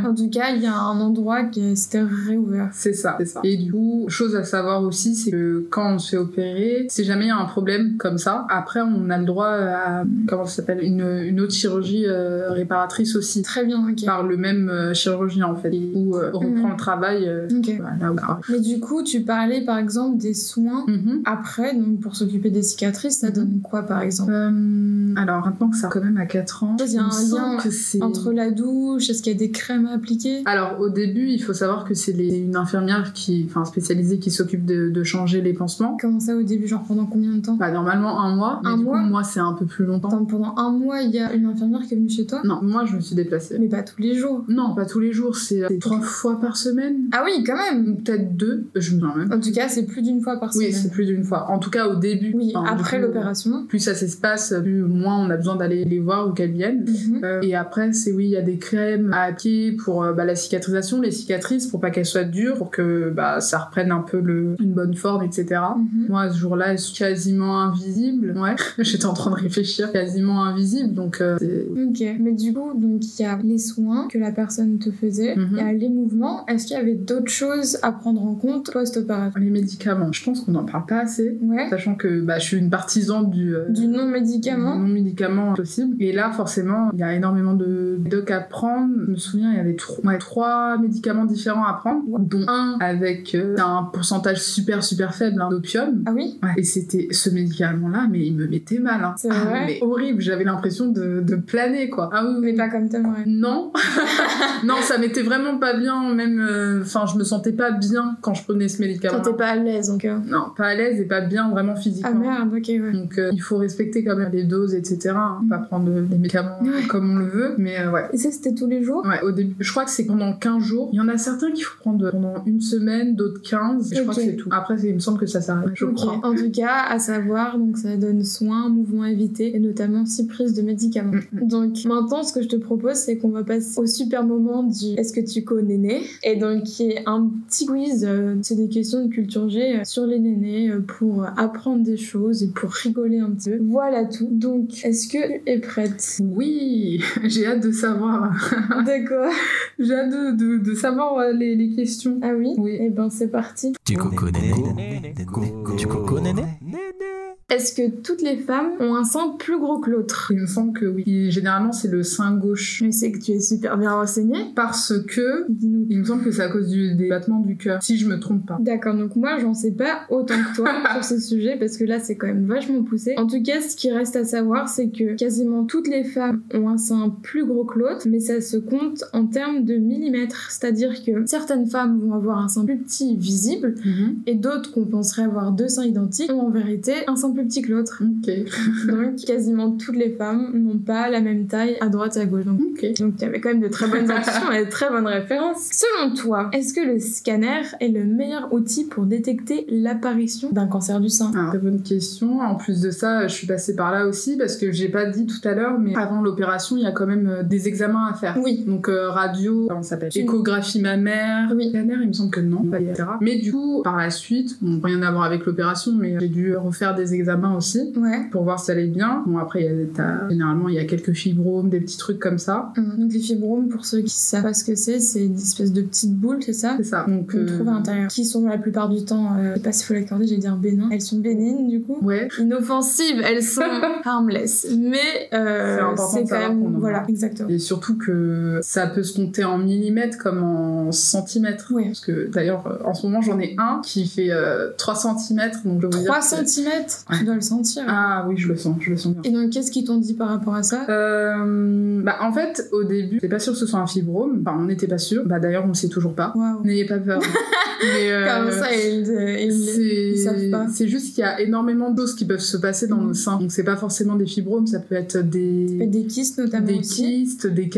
en tout cas, il y a un endroit qui s'était réouvert. C'est ça, c'est ça. Et du coup, chose à savoir aussi, c'est que quand on se fait opérer, si jamais il y a un problème comme ça, après on a le droit à comment ça s'appelle une, une autre chirurgie euh, réparatrice aussi Très bien, ok. par le même euh, chirurgien en fait, où euh, on reprend Mhm. le travail. euh, Ok. voilà, où- Mais du coup, tu parlais par exemple des soins Mhm. après, donc pour s'occuper des cicatrices, ça Mhm. donne quoi par exemple Euh, alors maintenant que ça a quand même à 4 ans, Ça, il y a il un me semble lien que c'est- Entre la douche, est-ce qu'il y a des crèmes à appliquer Alors au début, il faut savoir que c'est les- une infirmière qui, enfin spécialisée qui s'occupe de, de changer les pansements. Comment ça au début, genre pendant combien de temps Bah, normalement un mois, mais Un du mois coup moi c'est un peu plus longtemps. Attends, Pendant un mois, il y a une infirmière qui est venue chez toi Non, moi je me suis déplacée. Mais pas tous les jours. Non, pas tous les jours, c'est c'est trois fois par semaine, Ah oui, quand même ou peut-être deux, je me souviens même. En tout cas, c'est plus d'une fois par Oui, semaine. c'est plus d'une fois. En tout cas au début. Oui, Enfin, du après coup, l'opération. Plus ça s'espace, euh, plus moins on a besoin d'aller les voir ou qu'elles viennent. Mhm. Euh, et après, c'est oui, il y a des crèmes à appliquer pour euh, bah, la cicatrisation, les cicatrices, pour pas qu'elles soient dures, pour que bah, ça reprenne un peu le, une bonne forme, etc. Mhm. Moi, ce jour-là, elles sont quasiment invisibles. Ouais, [LAUGHS] j'étais en train de réfléchir, quasiment invisibles, donc euh, c'est- Ok, mais du coup, donc il y a les soins que la personne te faisait, il Mhm. y a les mouvements. Est-ce qu'il y avait d'autres choses à prendre en compte post-opération les médicaments. Je pense qu'on n'en parle pas assez, Ouais, sachant que bah, je suis une partisane du. euh, du non-médicament. non médicament possible. Et là, forcément, il y a énormément de docs à prendre. Je me souviens, il y avait tro- ouais, trois médicaments différents à prendre, dont un avec euh, un pourcentage super super faible hein, d'opium. Ah oui Ouais. Et c'était ce médicament-là, mais il me mettait mal. hein. C'est Ah, vrai mais horrible, j'avais l'impression de, de planer quoi. Ah oui, oui. Mais pas comme t'aimerais. [LAUGHS] Non, non, ça m'était vraiment pas bien. Même, euh, enfin, je me sentais pas bien quand je prenais ce médicament. T'étais pas à l'aise donc. euh. Non, pas à l'aise et pas bien vraiment physiquement. Ah merde, ok, ouais. Donc euh, il faut respecter quand même les doses, etc. hein. Pas prendre des médicaments euh, Ouais. comme on le veut. Mais euh, ouais. Et ça, c'était tous les jours Ouais, au début, je crois que c'est pendant 15 jours. Il y en a certains qu'il faut prendre euh, pendant une semaine, d'autres 15. Et Je crois Ok. que c'est tout. Après, c'est- il me semble que ça s'arrête, je Ok. crois. En tout cas, à savoir, donc ça donne soin, mouvement évité, et notamment anti-prise de médicaments. Mhm. Donc maintenant, ce que je te propose, c'est qu'on va passer au super moment du Est-ce que tu connais Néné Et donc, qui est un petit quiz, euh, c'est des questions de culture G euh, sur les nénés euh, pour apprendre des choses et pour rigoler un petit peu. Voilà tout. Donc, est-ce que tu es [LAUGHS] prête Oui, j'ai hâte de savoir. De quoi J'ai hâte de, de, de savoir euh, les, les questions. Ah oui Oui. Eh ben, c'est parti. Du coco néné. Néné, Du coco néné. Est-ce que toutes les femmes ont un sein plus gros que l'autre Il me semble que oui. Et généralement, c'est le sein gauche. Mais c'est que tu es super bien renseignée. Parce que, Dis-nous. il me semble que c'est à cause du, des battements du cœur, si je me trompe pas. D'accord, donc moi j'en sais pas autant que toi sur ce sujet parce que là c'est quand même vachement poussé. En tout cas, ce qui reste à savoir, c'est que quasiment toutes les femmes ont un sein plus gros que l'autre, mais ça se compte en termes de millimètres. C'est-à-dire que certaines femmes vont avoir un sein plus petit visible et d'autres qu'on penserait avoir deux seins identiques ont en vérité un sein plus petit que [LAUGHS] l'autre. Ok, Donc quasiment toutes les femmes n'ont pas la même taille à droite et à gauche. Donc ok. donc tu avais quand même de très [LAUGHS] bonnes intuitions et de très bonnes références. Selon toi, est-ce que le scanner est le meilleur outil pour détecter l'apparition d'un cancer du sein Ah, très bonne question. En plus de ça, je suis passée par là aussi parce que j'ai pas dit tout à l'heure, mais avant l'opération, il y a quand même euh, des examens à faire. Oui. Donc euh, radio, comment ça s'appelle Oui. Échographie mammaire. Oui. Scanner, il me semble que non, pas, etc. Mais du coup, par la suite, bon, rien à voir avec l'opération, mais j'ai dû refaire des examens aussi Ouais. pour voir si ça allait bien. Bon après, il y a- t'as- généralement, il y a quelques fibromes, des petits trucs comme ça. Hum, Donc les fibromes, pour ceux qui savent pas ce que c'est, c'est une espèce de petite boule, c'est ça C'est ça. Donc qu'on euh, trouve à l'intérieur, qui sont la plupart du temps, euh, je sais pas s'il faut l'accorder, j'allais dire bénin. Elles sont bénignes du coup. Ouais. Inoffensives, elles sont [LAUGHS] harmless. Mais euh, C'est important c'est quand de savoir même. qu'on en a. Voilà, exactement. Et surtout que ça peut se compter en millimètres comme en centimètres. Ouais. Parce que d'ailleurs, euh, en ce moment, j'en ai un qui fait euh, 3 centimètres. Donc je veux dire 3 que- cm, tu Ouais. dois le sentir. Ah oui, je le sens, je le sens bien. Et donc qu'est-ce qu'ils t'ont dit par rapport à ça Euh, bah, en fait, au début, j'étais pas sûre que ce soit un fibrome. Enfin, on n'était pas sûr. Bah, d'ailleurs, on le sait toujours pas. Waouh. N'ayez [LAUGHS] pas peur. Mais, euh, Comme ça, euh, ils, ils- c'est- savent pas. C'est juste qu'il y a énormément de choses qui peuvent se passer dans Mhm. nos seins. Donc, c'est pas forcément des fibromes, ça peut être des, des kystes notamment des aussi. kystes, des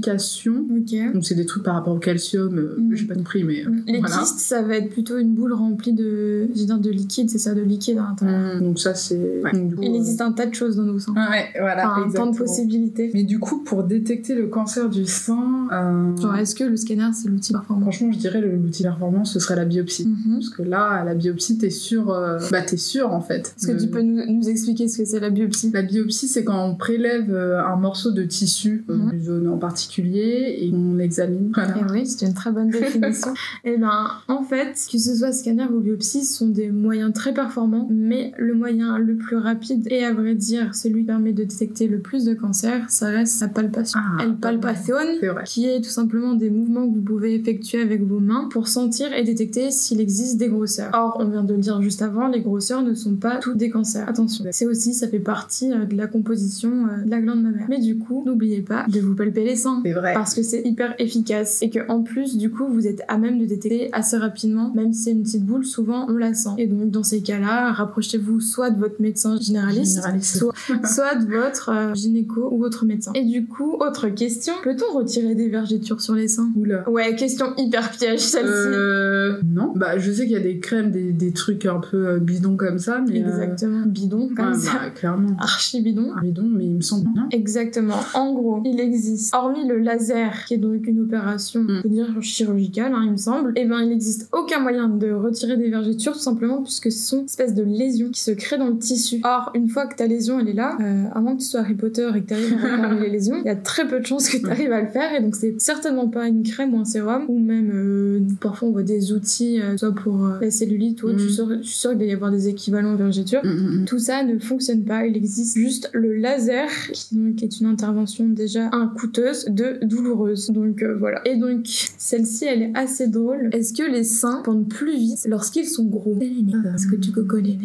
calcifications. Ok. Donc c'est des trucs par rapport au calcium, euh, Mm. j'ai pas compris, mais... euh, Les Voilà. kystes, ça va être plutôt une boule remplie de, j'ai dit de liquide, c'est ça, de liquide à l'intérieur. Mm. Donc ça c'est... Ouais. Donc, du coup, Il euh, existe un tas de choses dans nos seins. Ouais, voilà, Enfin, un exactement. tant de possibilités. Mais du coup, pour détecter le cancer du sein, euh, Genre, est-ce que le scanner, c'est l'outil performant franchement, je dirais le- l'outil performance, ce serait la biopsie. Mhm. Parce que là, à la biopsie, t'es sûr... euh, Bah t'es sûr, en fait. Est-ce que de- tu peux nous, nous expliquer ce que c'est la biopsie La biopsie, c'est quand on prélève euh, un morceau de tissu, euh, Mhm. une zone en particulier, et on l'examine. Voilà. Eh oui, c'est une très bonne définition. Et ben, en fait, que ce soit scanner ou biopsie, ce sont des moyens très performants, mais le moyen le plus rapide et à vrai dire celui qui permet de détecter le plus de cancers, ça reste la palpation. Ah, Elle palpationne, C'est vrai. qui est tout simplement des mouvements que vous pouvez effectuer avec vos mains pour sentir et détecter s'il existe des grosseurs. Or, on vient de le dire juste avant, les grosseurs ne sont pas toutes des cancers. Attention, c'est aussi, ça fait partie euh, de la composition euh, de la glande mammaire. Mais du coup, n'oubliez pas de vous palper les seins. C'est vrai. Parce que c'est hyper efficace et que en plus du coup vous êtes à même de détecter assez rapidement, même si c'est une petite boule, souvent on la sent. Et donc dans ces cas-là, rapprochez-vous soit de votre médecin généraliste, Généraliste. [LAUGHS] soit soit de votre euh, gynéco ou autre médecin. Et du coup, autre question, peut-on retirer des vergetures sur les seins Oula. Ouais, question hyper piège celle-ci. Euh, non. Bah, je sais qu'il y a des crèmes, des, des trucs un peu euh, bidons comme ça, mais. euh, Exactement, bidon comme ouais, ça, bah, clairement. archi bidon. Un bidon, mais il me semble. Non. Exactement. En gros, il existe, hormis le laser, qui est donc une opération, on peut dire chirurgicale, hein, il me semble, et ben il n'existe aucun moyen de retirer des vergetures, tout simplement puisque ce sont une espèce de lésions qui se créent dans le tissu. Or, une fois que ta lésion, elle est là, euh, à moins que tu sois Harry Potter et que tu arrives à refermer les lésions, il y a très peu de chances que tu arrives à le faire, et donc c'est certainement pas une crème ou un sérum, ou même, euh, parfois on voit des outils, euh, soit pour euh, la cellulite ou autre, Mm. je suis sûre- je suis sûre qu'il va y avoir des équivalents aux vergetures. Mm, mm, mm. Tout ça ne fonctionne pas. Il existe juste le laser, qui donc est une intervention déjà un coûteuse de douloureuse. Donc euh, voilà. Et donc celle-ci, elle est assez drôle. Est-ce que les seins pendent plus vite lorsqu'ils sont gros Est-ce que tu connais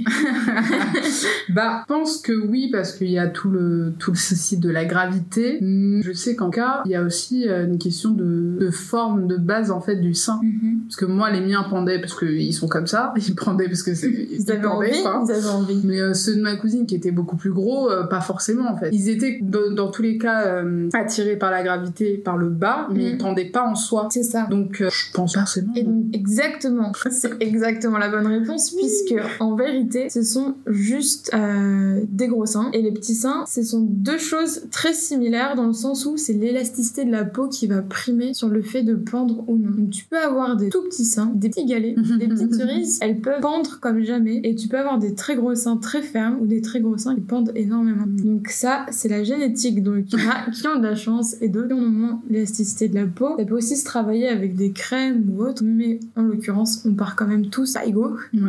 Bah, je pense que oui, parce qu'il y a tout le, tout le souci de la gravité. Mm, Je sais qu'en cas, il y a aussi euh, une question de, de forme, de base, en fait, du sein. Mhm. Parce que moi, les miens pendaient parce qu'ils sont comme ça. Ils pendaient parce que c'est. Ils avaient envie. pendaient, quoi. Ils avaient envie. Mais euh, ceux de ma cousine qui étaient beaucoup plus gros, euh, pas forcément en fait. Ils étaient dans, dans tous les cas euh, attirés par la gravité, par le bas, mais Mm. ils pendaient pas en soi. C'est ça. Donc euh, je pense forcément. Et donc, exactement, c'est exactement la bonne réponse, puisque en vérité, ce sont juste euh, des gros seins. Et les petits seins, ce sont deux choses très similaires dans le sens où c'est l'élasticité de la peau qui va primer sur le fait de pendre ou non. Donc, tu peux avoir des tout petits seins, des petits galets, des petites cerises, elles peuvent pendre comme jamais. Et tu peux avoir des très gros seins très fermes ou des très gros seins qui pendent énormément. Donc ça, c'est la génétique. Donc il y en a qui ont de la chance et d'autres qui ont moins l'élasticité de la peau. Ça peut aussi se travailler avec des crèmes ou autre, mais en l'occurrence, on part quand même tous à égaux Ouais.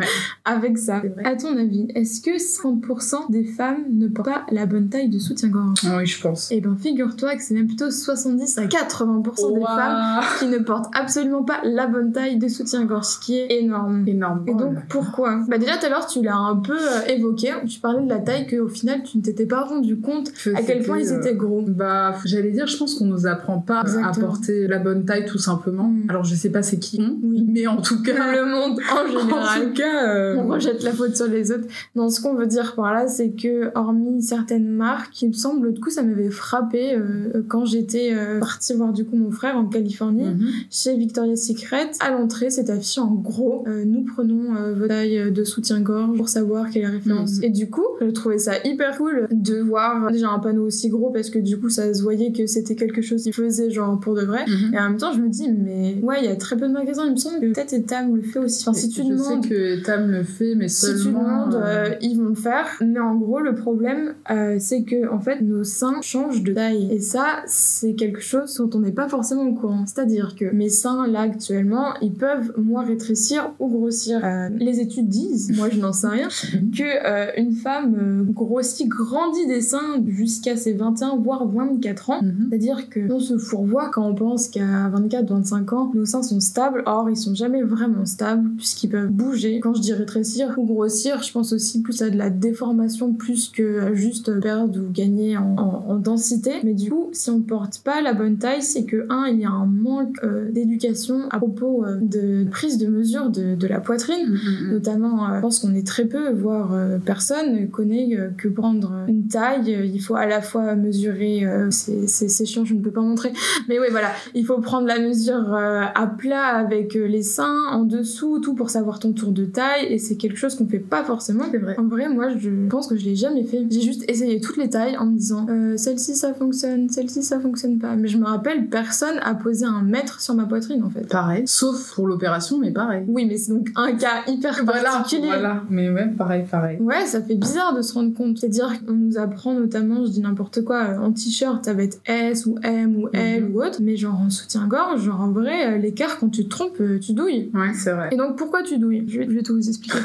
avec ça. C'est vrai. À ton avis, est-ce que 50% des femmes ne portent pas la bonne taille de soutien-gorge Ah oui, je pense. Eh ben figure-toi que c'est même plutôt 70 à 80% des Ouah. femmes qui ne portent absolument pas la bonne taille de soutien-gorge, ce qui est énorme. Énorme. Et donc pourquoi Bah déjà tout à l'heure tu l'as un peu euh, évoqué, tu parlais de la taille que au final tu ne t'étais pas rendu compte Ah, à quel point euh, ils étaient gros. Bah, j'allais dire, je pense qu'on nous apprend pas à Exactement. porter la bonne taille tout simplement. Mm. Alors je sais pas c'est qui, on, Oui. mais en tout cas, Le monde en [LAUGHS] en général. tout cas, euh, On rejette la faute sur les autres. Non, ce qu'on veut dire par là, c'est que, hormis certaines marques, il me semble, du coup, ça m'avait frappé euh, quand j'étais euh, partie voir du coup mon frère en Californie. mhm. Chez Victoria's Secret, à l'entrée, c'est affiché en gros euh, Nous prenons euh, vos tailles de soutien-gorge pour savoir quelle est la référence. Mhm. Et du coup, je trouvais ça hyper cool de voir euh, déjà un panneau aussi gros parce que du coup, ça se voyait que c'était quelque chose qu'ils faisaient genre pour de vrai. Mhm. Et en même temps, je me dis, mais ouais, il y a très peu de magasins. Il me semble que peut-être Etam le fait aussi. Enfin, si tu je demandes. sais que Tam le fait, mais Si tu seulement. demandes, euh, euh, ils vont le faire. Mais en gros, le problème, euh, c'est que en fait, nos seins changent de taille. Et ça, c'est quelque chose dont on n'est pas forcément au courant. C'est-à-dire que mes seins, là, actuellement, ils peuvent, moi, rétrécir ou grossir. Euh, les études disent, moi, je n'en sais rien, [LAUGHS] que euh, une femme euh, grossit, grandit des seins jusqu'à ses 21, voire 24 ans. mhm. C'est-à-dire que on se fourvoie quand on pense qu'à 24-25 ans, nos seins sont stables. Or, ils sont jamais vraiment stables puisqu'ils peuvent bouger. Quand je dis rétrécir ou grossir, je pense aussi plus à de la déformation plus que à juste perdre ou gagner en, en- en densité. Mais du coup, si on porte pas la bonne taille, c'est que un, il y a un manque euh, d'éducation à propos euh, de prise de mesure de- de la poitrine. Mhm, mhm. Notamment, euh, je pense qu'on est très peu, voire euh, personne, connaît euh, que prendre euh, une taille, euh, il faut à la fois mesurer, euh, c'est c'est- c'est chiant, je ne peux pas montrer, [LAUGHS] mais oui, voilà, il faut prendre la mesure euh, à plat avec euh, les seins, en dessous, tout pour savoir ton tour de taille, et c'est quelque chose qu'on fait pas forcément. C'est vrai. En vrai, moi, je pense que je l'ai jamais fait. J'ai juste essayé toutes les tailles en me disant euh, celle-ci ça fonctionne, celle-ci ça fonctionne pas. Mais je me rappelle, personne a posé un mètre sur ma poitrine en fait. Pareil, sauf pour l'opération, mais pareil. Oui, mais c'est donc un cas hyper Voilà, particulier. voilà, mais même pareil, pareil. Ouais, ça fait bizarre de se rendre compte. C'est-à-dire qu'on nous apprend notamment, je dis n'importe quoi, euh, en t-shirt, ça va être S ou M ou L Mhm. ou autre, mais genre en soutien-gorge, genre en vrai, euh, l'écart, quand tu te trompes, euh, tu douilles. Ouais, c'est vrai. Et donc pourquoi tu douilles je vais, je vais tout vous expliquer.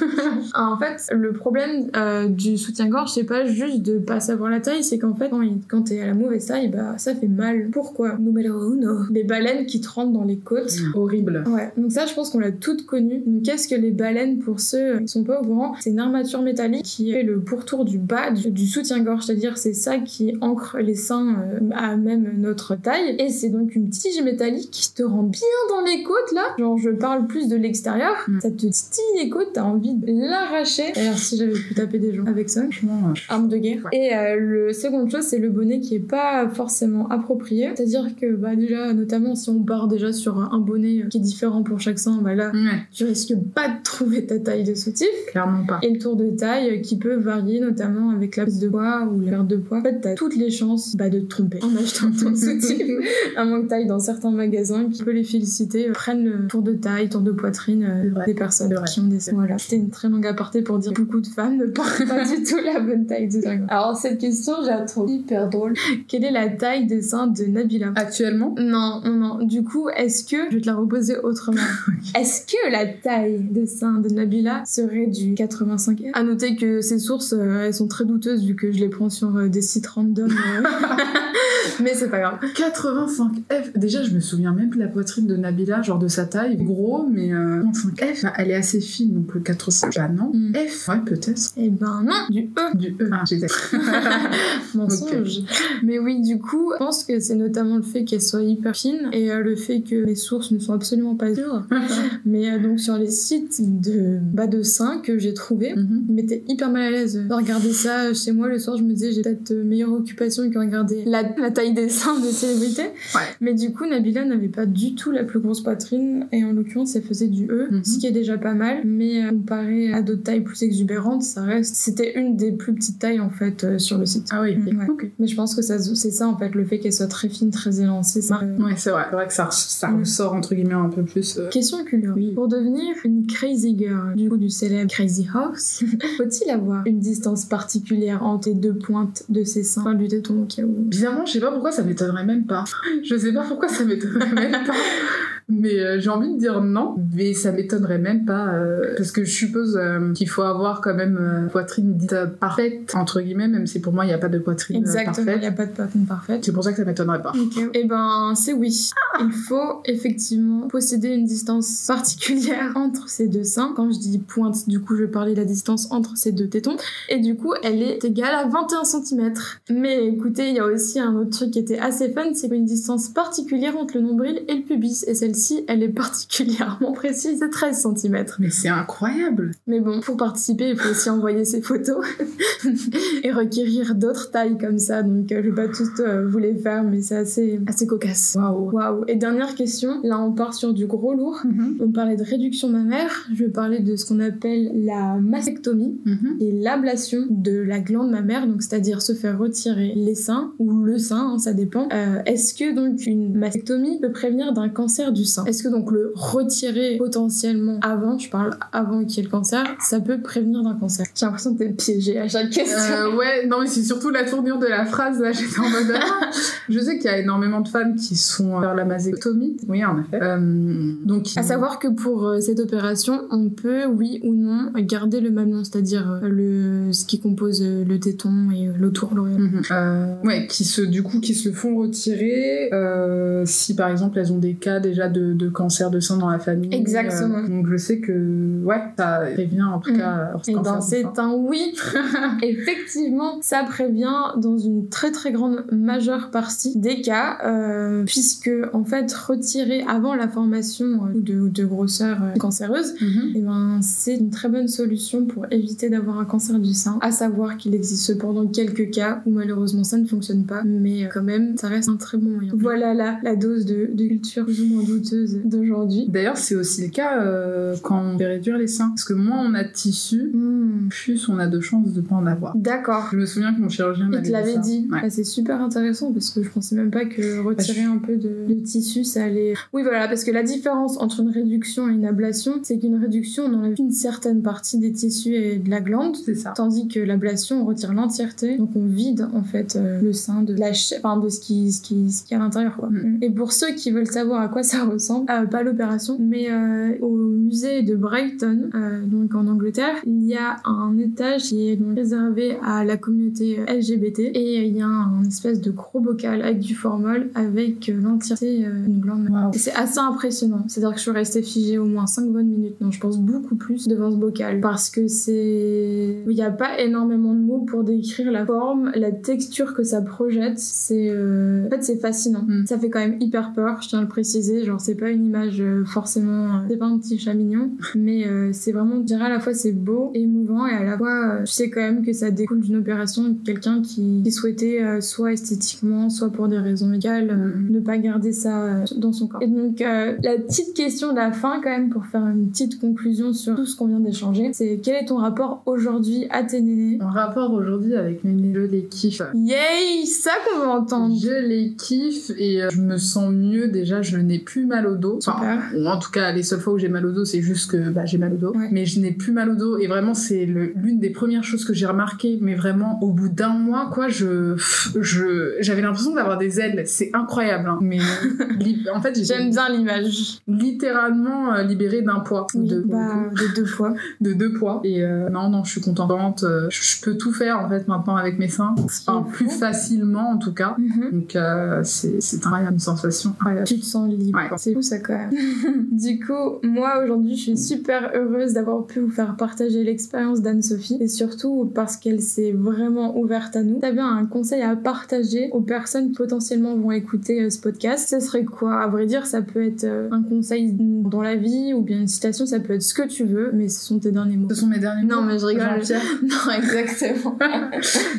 Ah, en fait, le problème euh, du soutien-gorge, c'est pas juste de pas savoir la taille, c'est qu'en fait, quand il- quand t'es à la mauvaise taille, bah ça fait mal. Pourquoi Numéro uno. Les baleines qui trempent dans les Mhm. côtes. Horrible. Ouais, donc ça, je pense qu'on l'a toutes connu. Donc, qu'est-ce que les baleines pour ceux qui sont pas au courant C'est une armature métallique qui fait le pourtour du bas du, du soutien-gorge, c'est-à-dire c'est ça qui ancre les seins euh, à même notre taille. Et c'est donc une tige métallique qui te rend bien dans les côtes là. Genre, je parle plus de l'extérieur. Mm. Ça te titille les côtes, t'as envie de l'arracher. D'ailleurs, si j'avais pu taper des gens avec ça, Franchement, euh, arme de guerre. Et euh, le seconde chose, c'est le bonnet qui est pas forcément approprié. C'est-à-dire que bah déjà, notamment si on part déjà sur un bonnet qui est différent pour chaque sein, bah là, ouais, tu risques pas de trouver ta taille de soutif. clairement pas. Et le tour de taille qui peut varier notamment avec la prise de poids ou la perte de poids. En fait, t'as toutes les chances bah, de te tromper en achetant [LAUGHS] ton soutif. Un manque taille dans certains magasins qui peut les féliciter euh, prennent le tour de taille, tour de poitrine euh, C'est vrai. des personnes C'est vrai. qui ont des seins. Voilà, c'était une très longue aparté pour dire que beaucoup de femmes ne portent pas du tout la bonne taille [LAUGHS] de seins. Alors cette question, je la trouve hyper drôle. Quelle est la taille des seins de Nabila Actuellement, non, non, non. Du coup, est-ce que, je vais te la reposer autrement, est-ce que la taille des seins de Nabila serait du 85 À noter que ces sources, euh, elles sont très douteuses vu que je les prends sur euh, des sites random. euh. Mais c'est pas grave. 85F. Déjà, je me souviens même de la poitrine de Nabila, genre de sa taille. Gros, mais euh, 85F. Bah, elle est assez fine, donc le 85. Bah non. Mm. F. Ouais, peut-être. Eh ben non, du E. Du E. Ah, j'étais. [LAUGHS] mensonge. Mais oui, du coup, je pense que c'est notamment le fait qu'elle soit hyper fine et euh, le fait que les sources ne sont absolument pas sûres. Mm-hmm. Mais euh, donc sur les sites de bas de seins que j'ai trouvé, Mhm. je m'étais hyper mal à l'aise de regarder ça chez moi le soir je me disais j'ai peut-être euh, meilleure occupation que regarder la, la taille des seins des célébrités Ouais. mais du coup Nabila n'avait pas du tout la plus grosse poitrine et en l'occurrence elle faisait du E Mhm. ce qui est déjà pas mal mais euh, comparé à d'autres tailles plus exubérante, ça reste. C'était une des plus petites tailles en fait euh, sur le site. Ah oui, Mm, ouais. Mais je pense que ça, se- c'est ça en fait, le fait qu'elle soit très fine, très élancée. ça- euh, Ouais, c'est vrai. C'est vrai que ça, ça Mm. ressort entre guillemets un peu plus. euh, Question culture. Oui. Pour devenir une crazy girl, du coup du célèbre Crazy Horse, [LAUGHS] faut-il avoir une distance particulière entre les deux pointes de ses seins Enfin, du téton au cas où. Bizarrement, je sais pas pourquoi ça m'étonnerait même pas. Je sais pas pourquoi ça m'étonnerait [LAUGHS] même pas. Mais euh, j'ai envie de dire non. Mais ça m'étonnerait même pas. euh, parce que je suppose euh, qu'il faut avoir quand même euh, une poitrine dite euh, parfaite, entre guillemets, même si pour moi il n'y a pas de poitrine euh, Exactement, il n'y parfaite. a pas de patine parfaite. C'est pour ça que ça m'étonnerait pas. Et ben, c'est oui. Il faut effectivement posséder une distance particulière entre ces deux seins. Quand je dis pointe, du coup, je parlais de la distance entre ces deux tétons. Et du coup, elle est égale à 21 cm. Mais écoutez, il y a aussi un autre truc qui était assez fun, c'est une distance particulière entre le nombril et le pubis. Et celle-ci, elle est [LAUGHS] particulièrement précise, c'est 13 cm. Mais c'est incroyable. Mais bon, pour participer, il faut aussi envoyer ses photos [LAUGHS] et requérir d'autres tailles comme ça. Donc, euh, je vais pas toutes euh, vous les faire, mais c'est assez, assez cocasse. Waouh. Waouh. Et dernière question, là on part sur du gros lourd. On parlait de réduction mammaire, je vais parler de ce qu'on appelle la mastectomie Mhm. et l'ablation de la glande mammaire, donc c'est-à-dire se faire retirer les seins ou le sein, hein, ça dépend. Euh, Est-ce que donc une mastectomie peut prévenir d'un cancer du sein Est-ce que donc le retirer potentiellement avant, je parle avant qu'il y ait le cancer, ça peut prévenir d'un cancer J'ai l'impression que t'es piégée à chaque question. Euh, ouais, non mais c'est surtout la tournure de la phrase, là j'étais en mode... [LAUGHS] ah. je sais qu'il y a énormément de femmes qui sont euh, vers la mastectomie. Oui, en effet. Euh, donc, À savoir que pour euh, cette opération, on peut, oui ou non, garder le mamelon, c'est-à-dire euh, le ce qui compose euh, le téton et euh, l'autour de l'oreille. Mhm. Euh, ouais, qui se, du coup, qui se le font retirer euh, si par exemple elles ont des cas déjà de, de cancer de sein dans la famille. Exactement. Euh, donc je sais que ouais, ça prévient en tout Mhm. cas. euh, hors Et cancer ben du c'est sein. un oui. [LAUGHS] Effectivement, ça prévient dans une très très grande majeure partie des cas, euh, puisque en fait retirer avant la formation euh, de, de grosseur euh, cancéreuse, Mhm. et ben c'est une très bonne solution pour éviter d'avoir un cancer du sein. À savoir qu'il existe cependant quelques cas où malheureusement ça ne fonctionne pas, mais euh, quand même ça reste un très bon moyen. Voilà la, la dose de, de culture plus ou moins douteuse d'aujourd'hui. D'ailleurs, c'est aussi le cas euh, quand on fait réduire les seins. Parce que moins on a de tissu, Hmm. plus on a de chances de pas en avoir. D'accord. Je me souviens que mon chirurgien Il m'avait te dit. l'avait ça. dit. Ouais. Bah, Bah, c'est super intéressant parce que je pensais même pas que retirer un peu de, de tissu, ça allait. Oui, voilà, parce que la différence entre une réduction et une ablation, c'est qu'une réduction, on enlève une certaine partie des tissus et de la glande. C'est ça. Tandis que l'ablation, on retire l'entièreté, donc on vide en fait euh, le sein de la chair, enfin de ce qui, ce qui, ce qui est à l'intérieur quoi. Mm. Et pour ceux qui veulent savoir à quoi ça ressemble, euh, pas l'opération, mais euh, au musée de Brighton, euh, donc en Angleterre, il y a un étage qui est donc réservé à la communauté euh, LGBT et il y a un espèce de gros bocal avec du formol avec euh, l'entièreté euh, d'une glande. Waouh. Et C'est assez impressionnant. C'est-à-dire que je suis restée figée au moins 5 bonnes minutes. Non, je pense beaucoup plus devant ce bocal. Parce que c'est. Il n'y a pas énormément de mots pour décrire la forme, la texture que ça projette. C'est. euh, En fait, c'est fascinant. Mm. Ça fait quand même hyper peur, je tiens à le préciser. Genre, c'est pas une image euh, forcément. euh, C'est pas un petit chat mignon. Mais euh, c'est vraiment, je dirais, à la fois c'est beau, émouvant et à la fois, euh, je sais quand même que ça découle d'une opération de quelqu'un qui, qui souhaitait, euh, soit esthétiquement, soit pour des raisons légales, euh, Mhm. ne pas garder ça euh, dans son corps. Et donc, euh, la petite question de la fin, quand même, pour faire une petite conclusion sur tout ce qu'on vient d'échanger, c'est quel est ton rapport aujourd'hui à tes nénés Mon rapport aujourd'hui avec mes nez, je les kiffe. Yay Ça qu'on veut entendre Je les kiffe et euh, je me sens mieux déjà, je n'ai plus mal au dos. Enfin, ou en tout cas, les seules fois où j'ai mal au dos, c'est juste que bah, j'ai mal au dos. Ouais. Mais je n'ai plus mal au dos et vraiment, c'est le- l'une des premières choses que j'ai remarqué. Mais vraiment, au bout d'un mois, quoi, je je- j'avais l'impression d'avoir des ailes. C'est incroyable. hein. [LAUGHS] Mais li- en fait, J'aime j'étais bien l'image. littéralement euh, libérée d'un poids. Oui, de, bah, de deux poids. de deux poids. Et euh, non, non, je suis contente. Euh, Je je peux tout faire en fait maintenant avec mes seins. Enfin, plus facilement en tout cas. Mhm. Donc euh, c'est c'est incroyable, une sensation incroyable. Tu te sens libre. Ouais. C'est fou ça quand même. [LAUGHS] du coup, moi aujourd'hui, je suis super heureuse d'avoir pu vous faire partager l'expérience d'Anne-Sophie et surtout parce qu'elle s'est vraiment ouverte à nous. T'avais un conseil à partager aux personnes qui potentiellement vont écouter euh, ce podcast. Ce serait quoi À vrai dire, ça peut être euh, un conseil dans la vie ou bien une citation, ça peut être ce que tu veux, mais ce sont [LAUGHS] tes derniers mots. Ce sont mes derniers Non, mots, mais je rigole. [LAUGHS] Jean-Pierre. non, exactement.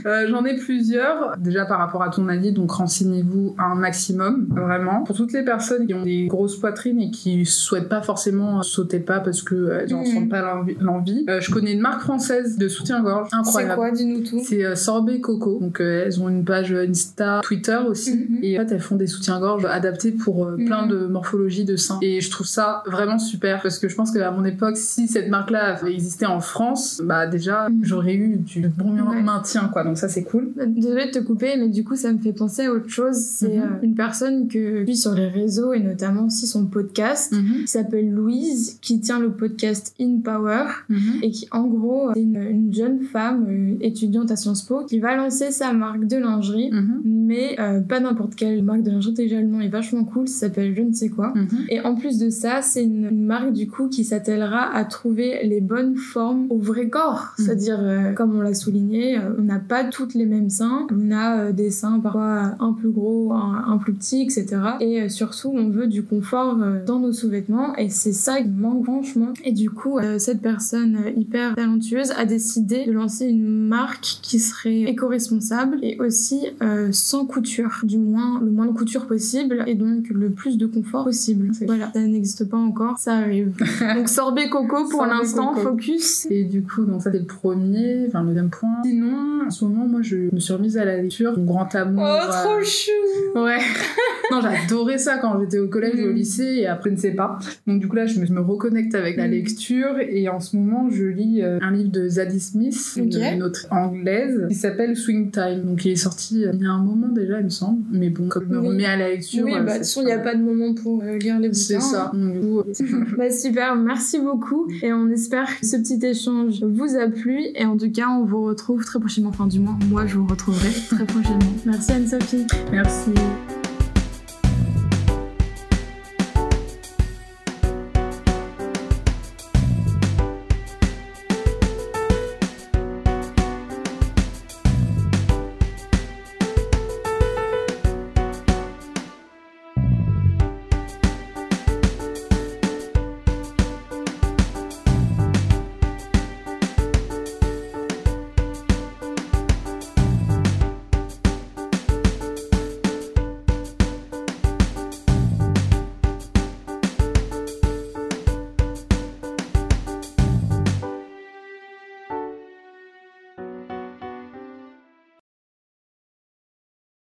Euh, J'en ai plusieurs. Déjà par rapport à ton avis, donc renseignez-vous un maximum, vraiment. Pour toutes les personnes qui ont des des grosses poitrines et qui souhaitent pas forcément sauter le pas parce euh, qu'elles n'en Mhm. sentent pas l'envi- l'envie. Euh, je connais une marque française de soutien-gorge C'est incroyable. quoi Dis-nous tout. C'est euh, Sorbet Coco. Donc euh, elles ont une page Insta, Twitter aussi. Mhm. Et en fait, elles font des soutiens-gorge adaptés pour euh, Mhm. plein de morphologies de seins. Et je trouve ça vraiment super parce que je pense qu'à mon époque, si cette marque-là avait existé en France, bah déjà, Mhm. j'aurais eu du bon Ouais. maintien, quoi. Donc ça, c'est cool. Désolée de te couper, mais du coup, ça me fait penser à autre chose. C'est Mhm. euh, une personne que je suis sur les réseaux et notamment aussi son podcast qui s'appelle Louise, qui tient le podcast In Power et qui, en gros, c'est une, une jeune femme euh, étudiante à Sciences Po qui va lancer sa marque de lingerie, Mhm. mais euh, pas n'importe quelle marque de lingerie. Déjà, le nom est vachement cool, ça s'appelle je ne sais quoi. Mhm. Et en plus de ça, c'est une, une marque du coup qui s'attellera à trouver les bonnes formes au vrai corps. Mhm. C'est-à-dire, euh, comme on l'a souligné, euh, on n'a pas toutes les mêmes seins. On a euh, des seins parfois un plus gros, un, un plus petit, etc. Et euh, surtout, on veut du confort euh, dans nos sous-vêtements. Et c'est ça qui manque franchement. Et du coup, euh, cette personne euh, hyper talentueuse a décidé de lancer une marque qui serait éco-responsable et aussi euh, sans couture, du moins le moins de couture possible et donc le plus de confort possible. C'est- Voilà, ça n'existe pas encore, ça [LAUGHS] arrive. Donc sorbet coco Oh, pour Sorbet l'instant, coco. focus. Et du coup, donc ça c'est le premier, enfin le deuxième point. Sinon, en ce moment, moi je me suis remise à la lecture, mon grand amour. Oh, euh, chou Ouais. non, j'adorais ça quand j'étais au collège et au Mm. lycée et après je ne sais pas. Donc du coup là, je me, je me reconnecte avec la Mm. lecture et en ce moment, je lis euh, un livre de Zadie Smith, une- Ok. une autre anglaise, qui s'appelle Swing Time. Donc il est sorti euh, il y a un moment déjà, il me semble. Mais bon, comme je me Oui. remets à la lecture, Oui, euh, bah, de ça- toute façon, il n'y a pas de moment pour euh, lire les bouquins. C'est ça. Donc, du coup, [LAUGHS] Bah super, merci beaucoup et on espère que ce petit échange vous a plu et en tout cas on vous retrouve très prochainement, enfin du moins moi je vous retrouverai très prochainement. Merci Anne-Sophie. merci.